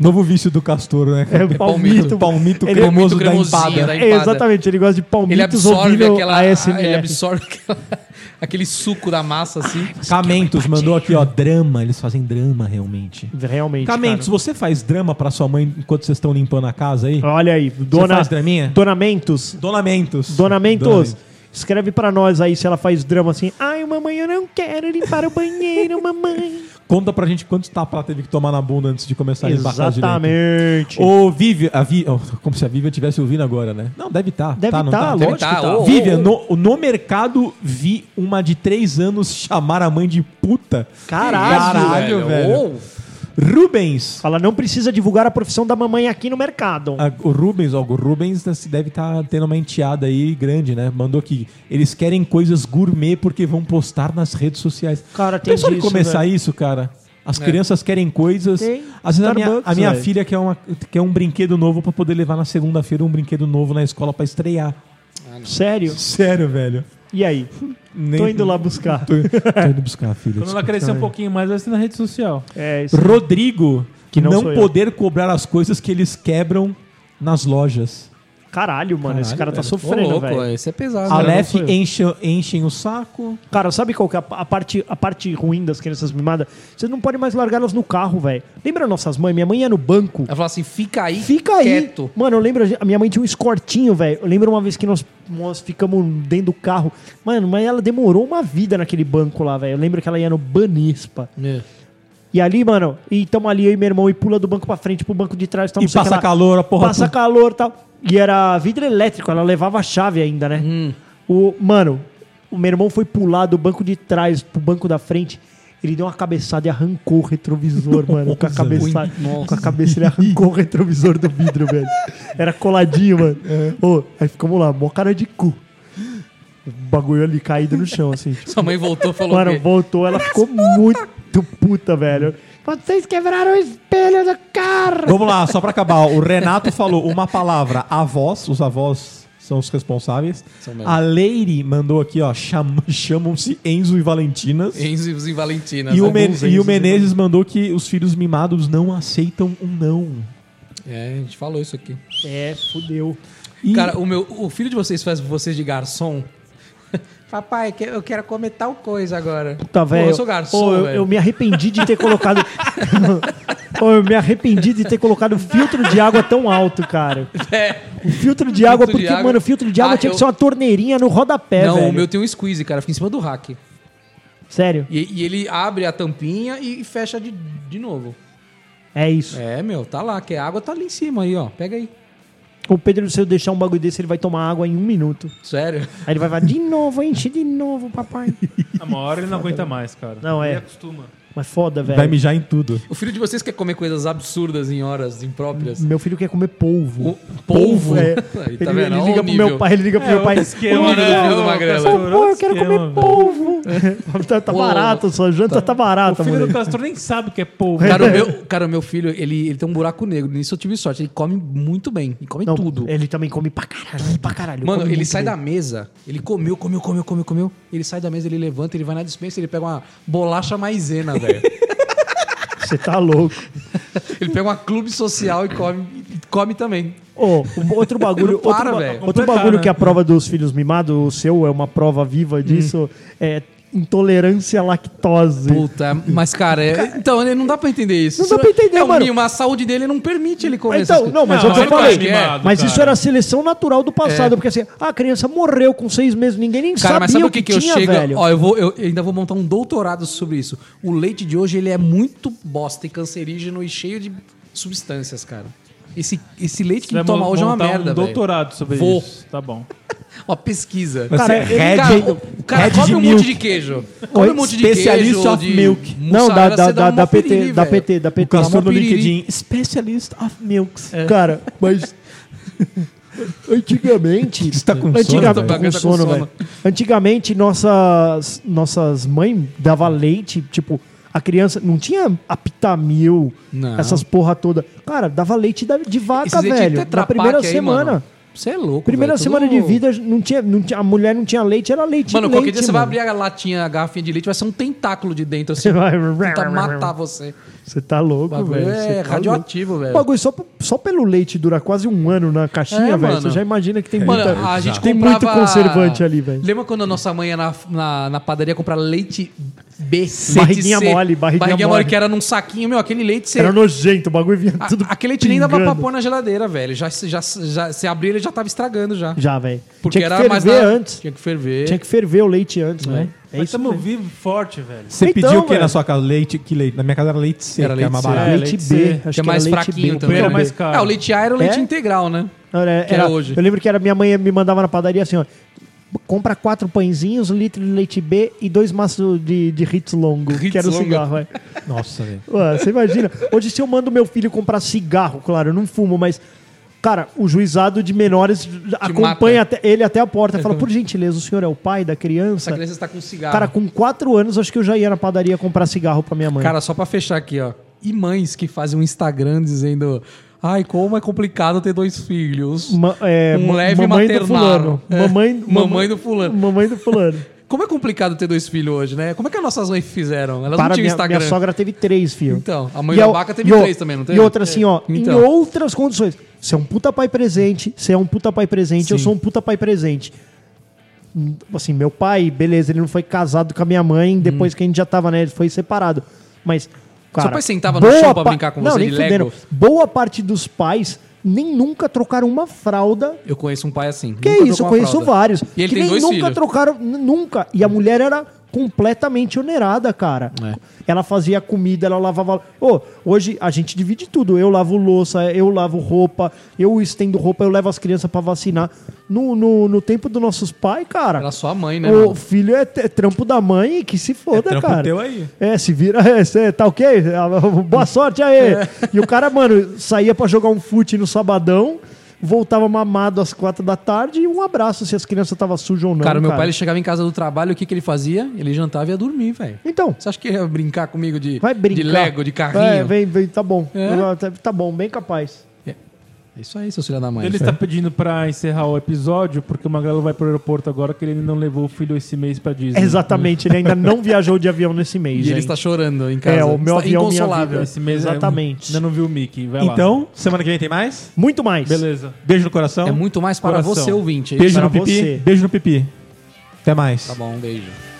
[SPEAKER 1] Novo vício do Castor, né?
[SPEAKER 2] É
[SPEAKER 1] cara?
[SPEAKER 2] o palmito.
[SPEAKER 4] palmito.
[SPEAKER 1] Palmito
[SPEAKER 2] Ele-
[SPEAKER 1] cremoso
[SPEAKER 4] Palmito
[SPEAKER 1] da
[SPEAKER 4] cremosinho
[SPEAKER 1] empada.
[SPEAKER 4] da
[SPEAKER 2] É,
[SPEAKER 4] empada.
[SPEAKER 2] exatamente, ele gosta de palmitos
[SPEAKER 4] Ele absorve
[SPEAKER 2] ouvindo
[SPEAKER 4] aquela. ah,
[SPEAKER 2] ASMR.
[SPEAKER 4] Ele absorve aquela- aquele suco da massa assim.
[SPEAKER 2] é
[SPEAKER 1] Camentos mandou aqui, ó, drama. Eles fazem drama, realmente.
[SPEAKER 2] Realmente,
[SPEAKER 1] Camentos, você faz drama pra sua mãe enquanto vocês estão limpando a casa aí?
[SPEAKER 2] cara. Olha aí, dona...
[SPEAKER 1] faz draminha?
[SPEAKER 2] Donamentos.
[SPEAKER 1] Donamentos.
[SPEAKER 2] Donamentos.
[SPEAKER 1] Donamentos.
[SPEAKER 2] Escreve pra nós aí se ela faz drama assim. Ai, mamãe, eu não quero limpar o banheiro, mamãe.
[SPEAKER 1] Conta pra gente quantos tapas ela teve que tomar na bunda antes de começar a embarcar direito.
[SPEAKER 2] Exatamente.
[SPEAKER 1] Ô, Vivian, a Vi- ó, como se a Vivian estivesse ouvindo agora, né? Não, deve estar.
[SPEAKER 2] Deve
[SPEAKER 1] não
[SPEAKER 2] tá,
[SPEAKER 4] Deve
[SPEAKER 2] lógico
[SPEAKER 4] tá,
[SPEAKER 2] que tá.
[SPEAKER 4] ô, ô,
[SPEAKER 1] Vivian,
[SPEAKER 4] ô.
[SPEAKER 1] no, no mercado vi uma de três anos chamar a mãe de puta. Caralho, velho.
[SPEAKER 4] Ou-
[SPEAKER 1] Rubens.
[SPEAKER 2] Ela não precisa divulgar a profissão da mamãe aqui no mercado.
[SPEAKER 1] A- o Rubens, ó, o Rubens tá se deve estar tendo uma enteada aí grande, né? Mandou que eles querem coisas gourmet porque vão postar nas redes sociais.
[SPEAKER 2] Cara, tem
[SPEAKER 1] Pensou em
[SPEAKER 2] disso,
[SPEAKER 1] começar isso, cara? As
[SPEAKER 4] É.
[SPEAKER 1] crianças querem coisas.
[SPEAKER 2] Tem.
[SPEAKER 1] Às vezes a minha,
[SPEAKER 2] Starbucks,
[SPEAKER 1] a minha
[SPEAKER 2] velho.
[SPEAKER 1] filha quer, uma, quer um brinquedo novo pra poder levar na segunda-feira um brinquedo novo na escola pra estrear.
[SPEAKER 2] Sério?
[SPEAKER 1] Sério, velho.
[SPEAKER 2] E aí?
[SPEAKER 1] Nem-
[SPEAKER 2] Tô indo lá buscar.
[SPEAKER 1] Tô, tô indo buscar, filha.
[SPEAKER 3] Quando ela crescer um pouquinho mais, vai ser na rede social.
[SPEAKER 2] É isso.
[SPEAKER 1] Rodrigo,
[SPEAKER 2] Que não
[SPEAKER 1] não,
[SPEAKER 2] sou eu.
[SPEAKER 1] poder cobrar as coisas que eles quebram nas lojas.
[SPEAKER 2] Caralho, mano, esse cara tá
[SPEAKER 1] velho.
[SPEAKER 4] Ô,
[SPEAKER 2] sofrendo,
[SPEAKER 4] louco,
[SPEAKER 2] velho.
[SPEAKER 4] esse é pesado. né?
[SPEAKER 1] Aleph
[SPEAKER 2] Ah, sou eu.
[SPEAKER 1] enche, enchem o saco.
[SPEAKER 2] Cara, sabe qual que é a, a parte, a parte ruim das crianças mimadas? Você não pode mais largar elas no carro, velho. Lembra nossas mães? Minha mãe ia no banco.
[SPEAKER 4] Ela fala assim: fica aí,
[SPEAKER 2] Fica aí.
[SPEAKER 4] quieto.
[SPEAKER 2] Mano, eu lembro, a gen- a minha mãe tinha um escortinho, velho. Eu lembro uma vez que nós, nós ficamos dentro do carro. Mano, mas ela demorou uma vida naquele banco lá, velho. Eu lembro que ela ia no Banispa.
[SPEAKER 4] É.
[SPEAKER 2] E ali, mano, e tamo ali, eu e meu irmão, e pula do banco pra frente pro banco de trás. Tal,
[SPEAKER 1] E
[SPEAKER 2] não sei o que
[SPEAKER 1] passa
[SPEAKER 2] lá.
[SPEAKER 1] calor, a porra
[SPEAKER 2] Passa
[SPEAKER 1] toda.
[SPEAKER 2] calor e tal. E era vidro elétrico, ela levava a chave ainda, né?
[SPEAKER 1] Uhum.
[SPEAKER 2] O, mano, o meu irmão foi pular do banco de trás pro banco da frente. Ele deu uma cabeçada e arrancou o retrovisor, mano. Com a,
[SPEAKER 1] Nossa,
[SPEAKER 2] cabeça,
[SPEAKER 4] nossa.
[SPEAKER 2] com a cabeça ele arrancou o retrovisor do vidro, velho. Era coladinho, mano.
[SPEAKER 1] É.
[SPEAKER 2] Ô, aí ficamos lá, mó cara de cu. O bagulho ali caído no chão, assim. Tipo.
[SPEAKER 4] Sua mãe voltou e falou:
[SPEAKER 2] Mano,
[SPEAKER 4] o quê?
[SPEAKER 2] voltou, ela ficou muito puta, velho. Vocês quebraram o espelho do carro!
[SPEAKER 1] Vamos lá, só pra acabar. O Renato falou uma palavra. Avós, os avós são os responsáveis.
[SPEAKER 4] mesmo.
[SPEAKER 1] A Leire mandou aqui, ó. cham- Chamam-se Enzo e Valentinas.
[SPEAKER 4] Enzo e Valentina.
[SPEAKER 1] E o,
[SPEAKER 4] né?
[SPEAKER 1] Men-
[SPEAKER 4] Alguns
[SPEAKER 1] e o
[SPEAKER 4] Enzo.
[SPEAKER 1] Menezes mandou que os filhos mimados não aceitam um não.
[SPEAKER 4] É, a gente falou isso aqui.
[SPEAKER 2] É, fudeu.
[SPEAKER 1] E
[SPEAKER 4] Cara, o, meu, o filho de vocês faz vocês de garçom. Papai, que- eu quero comer tal coisa agora.
[SPEAKER 2] Tá,
[SPEAKER 4] Pô,
[SPEAKER 2] velho.
[SPEAKER 4] eu sou garçom,
[SPEAKER 2] Pô, eu,
[SPEAKER 4] velho.
[SPEAKER 2] eu me arrependi de ter colocado. Pô, eu me arrependi de ter colocado o filtro de água tão alto, cara. O filtro de água,
[SPEAKER 4] É. Filtro de
[SPEAKER 2] porque,
[SPEAKER 4] água.
[SPEAKER 2] mano, o filtro de água
[SPEAKER 4] Ah,
[SPEAKER 2] tinha que
[SPEAKER 4] eu-
[SPEAKER 2] ser uma torneirinha no rodapé,
[SPEAKER 4] Não,
[SPEAKER 2] é, velho.
[SPEAKER 4] o meu tem um squeeze, cara. Fica em cima do rack.
[SPEAKER 2] Sério.
[SPEAKER 4] E, e ele abre a tampinha e, e fecha de, de novo.
[SPEAKER 2] É isso.
[SPEAKER 4] É, meu, tá lá. Que a água tá ali em cima aí, ó. Pega aí.
[SPEAKER 2] O Pedro, se eu deixar um bagulho desse, ele vai tomar água em um minuto.
[SPEAKER 4] Sério?
[SPEAKER 2] Aí ele vai falar, de novo, enche de novo, papai.
[SPEAKER 3] Ah, Uma hora ele não aguenta mais, cara.
[SPEAKER 2] Não, é.
[SPEAKER 3] Ele acostuma.
[SPEAKER 2] Mas foda,
[SPEAKER 1] Vai
[SPEAKER 2] velho.
[SPEAKER 1] mijar em tudo.
[SPEAKER 4] O filho de vocês quer comer coisas absurdas em horas impróprias?
[SPEAKER 2] Meu filho quer comer polvo.
[SPEAKER 4] O polvo?
[SPEAKER 2] É.
[SPEAKER 4] Aí,
[SPEAKER 2] Ele,
[SPEAKER 4] tá vendo?
[SPEAKER 2] ele
[SPEAKER 4] Olha
[SPEAKER 2] liga
[SPEAKER 4] o
[SPEAKER 2] pro
[SPEAKER 4] nível.
[SPEAKER 2] meu pai, ele liga pro meu pai.
[SPEAKER 4] É
[SPEAKER 3] Ô,
[SPEAKER 4] o nível do
[SPEAKER 3] Magrelo,
[SPEAKER 4] Magrelo.
[SPEAKER 3] Castor,
[SPEAKER 2] Pô, eu quero comer
[SPEAKER 3] esquema, velho.
[SPEAKER 2] polvo. tá tá
[SPEAKER 4] Polvo.
[SPEAKER 2] barato, sua janta tá
[SPEAKER 3] O
[SPEAKER 2] barata,
[SPEAKER 3] filho
[SPEAKER 2] mano.
[SPEAKER 3] do Castor nem sabe o que é polvo.
[SPEAKER 4] Cara, o meu, cara, o meu filho, ele, ele tem um buraco negro. Nisso eu tive sorte. Ele come muito bem. Ele come
[SPEAKER 2] Não, é,
[SPEAKER 4] tudo.
[SPEAKER 2] Ele também come pra caralho, pra caralho.
[SPEAKER 4] Mano,
[SPEAKER 2] Come
[SPEAKER 4] ele
[SPEAKER 2] muito
[SPEAKER 4] sai
[SPEAKER 2] bem.
[SPEAKER 4] da mesa, ele comeu, comeu, comeu, comeu, comeu. Ele sai da mesa, ele levanta, ele vai na dispensa, ele pega uma bolacha maisena, velho.
[SPEAKER 2] Você tá louco.
[SPEAKER 4] ele pega uma clube social e come, e come também.
[SPEAKER 2] Ô, um outro bagulho,
[SPEAKER 4] Não para,
[SPEAKER 2] outro, ba-
[SPEAKER 4] velho.
[SPEAKER 2] outro
[SPEAKER 3] Completar,
[SPEAKER 2] bagulho
[SPEAKER 3] né?
[SPEAKER 2] que é a prova dos filhos mimados, o seu é uma prova viva disso,
[SPEAKER 4] Hum.
[SPEAKER 2] é intolerância à lactose.
[SPEAKER 4] Puta, mas cara, é- então ele não dá pra entender isso.
[SPEAKER 2] Não dá
[SPEAKER 4] Isso
[SPEAKER 2] pra entender,
[SPEAKER 4] é um
[SPEAKER 2] mano.
[SPEAKER 4] mimo, a saúde dele não permite ele comer
[SPEAKER 2] Mas
[SPEAKER 4] essas
[SPEAKER 2] Então, não,
[SPEAKER 4] coisas.
[SPEAKER 2] mas
[SPEAKER 3] Não,
[SPEAKER 2] é o que eu
[SPEAKER 3] mas eu
[SPEAKER 2] falei.
[SPEAKER 3] acho que é.
[SPEAKER 2] mas isso
[SPEAKER 3] Cara.
[SPEAKER 2] era a seleção natural do passado, porque assim, a criança morreu com seis meses, ninguém nem
[SPEAKER 4] É. Cara,
[SPEAKER 2] sabia
[SPEAKER 4] mas sabe o que, que eu
[SPEAKER 2] tinha,
[SPEAKER 4] chego?
[SPEAKER 2] velho.
[SPEAKER 4] Ó, eu, vou, eu ainda vou montar um doutorado sobre isso. O leite de hoje ele é muito bosta e cancerígeno e cheio de substâncias, cara. Esse, esse leite que
[SPEAKER 3] Vai
[SPEAKER 4] ele toma hoje é uma
[SPEAKER 3] montar
[SPEAKER 4] merda,
[SPEAKER 3] um
[SPEAKER 4] velho.
[SPEAKER 3] doutorado sobre
[SPEAKER 4] Vou.
[SPEAKER 3] isso. Tá bom.
[SPEAKER 4] Uma pesquisa.
[SPEAKER 1] Mas
[SPEAKER 2] Cara,
[SPEAKER 1] você
[SPEAKER 2] ele-
[SPEAKER 1] é
[SPEAKER 4] cara,
[SPEAKER 1] head-
[SPEAKER 4] o- o cara
[SPEAKER 1] head
[SPEAKER 4] come
[SPEAKER 1] de
[SPEAKER 4] um monte
[SPEAKER 1] milk.
[SPEAKER 4] de queijo. Come um monte de queijo.
[SPEAKER 1] Specialist of
[SPEAKER 4] de
[SPEAKER 1] milk.
[SPEAKER 4] mussarela,
[SPEAKER 2] Não, da, da,
[SPEAKER 4] você
[SPEAKER 2] da,
[SPEAKER 4] uma
[SPEAKER 2] da PT,
[SPEAKER 4] piriri,
[SPEAKER 2] da
[SPEAKER 4] velho.
[SPEAKER 2] PT, da
[SPEAKER 1] O
[SPEAKER 2] PT.
[SPEAKER 1] Castor
[SPEAKER 4] Dá
[SPEAKER 1] no
[SPEAKER 4] uma piriri.
[SPEAKER 1] LinkedIn, Specialist of Milks.
[SPEAKER 4] É.
[SPEAKER 2] Cara, mas. Antigamente.
[SPEAKER 1] Você tá com sono,
[SPEAKER 2] antigamente,
[SPEAKER 1] velho?
[SPEAKER 2] tô com
[SPEAKER 4] Tá com
[SPEAKER 2] sono,
[SPEAKER 4] sono.
[SPEAKER 2] velho. Antigamente, nossas, nossas mães davam leite, tipo, a criança. Não tinha apitamil,
[SPEAKER 4] Não.
[SPEAKER 2] essas porra toda. Cara, dava leite da- de vaca,
[SPEAKER 4] Esses leitinhos
[SPEAKER 2] velho. Na
[SPEAKER 4] Tetra
[SPEAKER 2] primeira
[SPEAKER 4] Pak aí,
[SPEAKER 2] semana.
[SPEAKER 4] mano. Você é louco,
[SPEAKER 2] Primeira
[SPEAKER 4] velho, tudo-
[SPEAKER 2] semana de vida, não tinha, não tinha, a mulher não tinha leite, era leite.
[SPEAKER 4] Mano,
[SPEAKER 2] de
[SPEAKER 4] qualquer
[SPEAKER 2] leite,
[SPEAKER 4] dia
[SPEAKER 2] mano.
[SPEAKER 4] você vai abrir a latinha, a garrafinha de leite, vai ser um tentáculo de dentro, assim.
[SPEAKER 2] Você vai.
[SPEAKER 4] Tenta matar você.
[SPEAKER 2] Você tá
[SPEAKER 4] O
[SPEAKER 2] louco,
[SPEAKER 4] bagulho
[SPEAKER 2] velho. Você
[SPEAKER 4] é
[SPEAKER 2] tá
[SPEAKER 4] radioativo,
[SPEAKER 2] louco. O
[SPEAKER 4] velho.
[SPEAKER 2] bagulho só, só pelo leite dura quase um ano na caixinha,
[SPEAKER 4] É,
[SPEAKER 2] velho.
[SPEAKER 4] mano.
[SPEAKER 2] Você já imagina que tem
[SPEAKER 4] Mano,
[SPEAKER 2] muita.
[SPEAKER 4] a gente
[SPEAKER 2] tem
[SPEAKER 4] comprava...
[SPEAKER 2] muito conservante ali, velho.
[SPEAKER 4] Lembra quando a nossa mãe ia na, na, na padaria comprar leite B, C,
[SPEAKER 2] Barriguinha
[SPEAKER 4] C,
[SPEAKER 2] mole, barriguinha mole.
[SPEAKER 4] que era num saquinho, meu, aquele leite você...
[SPEAKER 2] Era nojento, o bagulho vinha
[SPEAKER 4] a-
[SPEAKER 2] tudo.
[SPEAKER 4] aquele leite nem dava pra
[SPEAKER 2] pingando.
[SPEAKER 4] pôr na geladeira, velho. Já, já, já, se abrir, ele já tava estragando já.
[SPEAKER 2] Já, velho.
[SPEAKER 4] Porque
[SPEAKER 2] Tinha que
[SPEAKER 4] era
[SPEAKER 2] ferver
[SPEAKER 4] mais na-
[SPEAKER 2] antes.
[SPEAKER 4] Tinha que ferver.
[SPEAKER 2] Tinha que ferver o leite antes, né? É
[SPEAKER 3] Mas
[SPEAKER 2] isso.
[SPEAKER 3] estamos
[SPEAKER 2] mesmo.
[SPEAKER 3] vivos e forte, velho.
[SPEAKER 1] Você
[SPEAKER 2] Então,
[SPEAKER 1] pediu o que
[SPEAKER 2] velho.
[SPEAKER 1] na sua casa? Leite, que leite? Na minha casa era leite seco,
[SPEAKER 4] Era
[SPEAKER 1] que é mais
[SPEAKER 4] leite seco.
[SPEAKER 1] barato.
[SPEAKER 2] É,
[SPEAKER 3] É,
[SPEAKER 2] leite
[SPEAKER 3] leite
[SPEAKER 2] B,
[SPEAKER 3] seco.
[SPEAKER 2] acho
[SPEAKER 4] que é
[SPEAKER 2] era
[SPEAKER 4] mais
[SPEAKER 2] leite
[SPEAKER 4] fraquinho
[SPEAKER 2] B,
[SPEAKER 4] também.
[SPEAKER 3] Era
[SPEAKER 4] né?
[SPEAKER 3] mais caro.
[SPEAKER 4] É, o leite A era o leite
[SPEAKER 2] É?
[SPEAKER 4] integral, né?
[SPEAKER 2] Era,
[SPEAKER 4] Que
[SPEAKER 2] era-
[SPEAKER 4] era hoje.
[SPEAKER 2] Eu lembro que era minha mãe me mandava na padaria assim, ó. Compra quatro pãezinhos, um litro de leite B e dois maços de, de Hits Longo,
[SPEAKER 4] Hits
[SPEAKER 2] que era o
[SPEAKER 4] Longo.
[SPEAKER 2] cigarro, vai.
[SPEAKER 1] Nossa, velho.
[SPEAKER 2] Ué, Você imagina? Hoje, se eu mando meu filho comprar cigarro, claro, eu não fumo, mas. Cara, o juizado de menores acompanha até- ele até a porta e fala: por gentileza, o senhor é o pai da
[SPEAKER 4] Essa
[SPEAKER 2] criança?
[SPEAKER 4] criança é está com um cigarro.
[SPEAKER 2] Cara, com né? quatro anos, acho que eu já ia na padaria comprar cigarro pra minha mãe.
[SPEAKER 4] Cara, só pra fechar aqui, ó. E mães que fazem um Instagram dizendo. Ai, como é complicado ter dois filhos.
[SPEAKER 2] Ma- é,
[SPEAKER 4] um
[SPEAKER 2] ma-
[SPEAKER 4] leve
[SPEAKER 2] mamãe do
[SPEAKER 4] maternal.
[SPEAKER 2] fulano.
[SPEAKER 4] É.
[SPEAKER 2] Mamãe,
[SPEAKER 4] mamãe do fulano.
[SPEAKER 2] Mamãe do fulano.
[SPEAKER 4] Como é complicado ter dois filhos hoje, né? Como é que as nossas mães fizeram? Elas
[SPEAKER 2] Para,
[SPEAKER 4] não tinham
[SPEAKER 2] minha,
[SPEAKER 4] Instagram.
[SPEAKER 2] minha sogra teve três, filho.
[SPEAKER 4] Então, a mãe
[SPEAKER 2] E é
[SPEAKER 4] da
[SPEAKER 2] o-
[SPEAKER 4] vaca teve
[SPEAKER 2] e o-
[SPEAKER 4] três também, não teve?
[SPEAKER 2] E outra assim, ó,
[SPEAKER 4] Então.
[SPEAKER 2] em outras condições. Você é um puta pai presente, você é um puta pai presente, eu sou um puta pai presente. Hum, Assim, meu pai, beleza, ele não foi casado com a minha
[SPEAKER 4] Uhum.
[SPEAKER 2] mãe depois que a gente já tava, né? Ele foi separado. Mas, cara...
[SPEAKER 4] pai sentava no
[SPEAKER 2] boa
[SPEAKER 4] chão pra
[SPEAKER 2] pa-
[SPEAKER 4] brincar com
[SPEAKER 2] não,
[SPEAKER 4] você
[SPEAKER 2] nem
[SPEAKER 4] de Lego?
[SPEAKER 2] fudendo. Boa parte dos pais nem nunca trocaram uma fralda
[SPEAKER 4] Eu conheço um pai assim.
[SPEAKER 2] que é
[SPEAKER 4] nunca
[SPEAKER 2] isso,
[SPEAKER 4] trocou
[SPEAKER 2] eu
[SPEAKER 4] uma
[SPEAKER 2] conheço
[SPEAKER 4] fralda.
[SPEAKER 2] vários.
[SPEAKER 4] E ele
[SPEAKER 2] que
[SPEAKER 4] tem
[SPEAKER 2] nem
[SPEAKER 4] dois
[SPEAKER 2] nunca
[SPEAKER 4] filhos.
[SPEAKER 2] trocaram, n- nunca. E a mulher era completamente onerada, cara.
[SPEAKER 4] É.
[SPEAKER 2] Ela fazia comida, ela lavava. Ô, hoje a gente divide tudo. Eu lavo louça, eu lavo roupa, eu estendo roupa, eu levo as crianças pra vacinar. No, no, no tempo dos nossos pais, cara.
[SPEAKER 4] Era só a mãe, né?
[SPEAKER 2] O
[SPEAKER 4] mano?
[SPEAKER 2] filho é, t- é trampo da mãe e que se foda,
[SPEAKER 1] trampo
[SPEAKER 2] cara.
[SPEAKER 1] teu aí.
[SPEAKER 2] É, se vira, é, cê tá ok? Boa sorte aí.
[SPEAKER 4] É.
[SPEAKER 2] E o cara, mano, saía pra jogar um fute no sabadão, voltava mamado às quatro da tarde e um abraço se as crianças estavam sujas ou não.
[SPEAKER 4] cara, meu pai ele chegava em casa do trabalho, o que, que ele fazia? Ele jantava e ia dormir, velho.
[SPEAKER 2] Então,
[SPEAKER 4] Você acha que ele ia brincar comigo de,
[SPEAKER 2] vai brincar.
[SPEAKER 4] de Lego, de
[SPEAKER 2] É,
[SPEAKER 4] carrinho? É,
[SPEAKER 2] vem, vem, tá bom.
[SPEAKER 4] É?
[SPEAKER 2] Tá- Tá bom, bem capaz.
[SPEAKER 4] É isso aí, seu filho da mãe.
[SPEAKER 3] Ele
[SPEAKER 2] tá-
[SPEAKER 3] está pedindo pra encerrar o episódio, porque o Magrelo vai pro aeroporto agora que ele não levou o filho esse mês pra Disney.
[SPEAKER 2] Exatamente, ele ainda não viajou de avião nesse mês.
[SPEAKER 4] Uhum. E ele
[SPEAKER 2] hein?
[SPEAKER 4] está chorando em casa.
[SPEAKER 2] É, o meu
[SPEAKER 4] Está
[SPEAKER 2] avião, minha
[SPEAKER 4] inconsolável.
[SPEAKER 2] vida.
[SPEAKER 3] Esse mês é-
[SPEAKER 2] Exatamente.
[SPEAKER 3] Ainda não viu o Mickey, vai lá.
[SPEAKER 1] Então, semana que vem tem mais?
[SPEAKER 2] Muito mais.
[SPEAKER 3] Beleza.
[SPEAKER 1] Beijo no coração.
[SPEAKER 4] É muito mais para
[SPEAKER 3] Coração.
[SPEAKER 4] você, ouvinte. é isso?
[SPEAKER 1] Beijo no
[SPEAKER 2] Pra
[SPEAKER 1] pipi.
[SPEAKER 2] você.
[SPEAKER 1] Beijo no pipi. Até mais.
[SPEAKER 4] Tá bom, um beijo.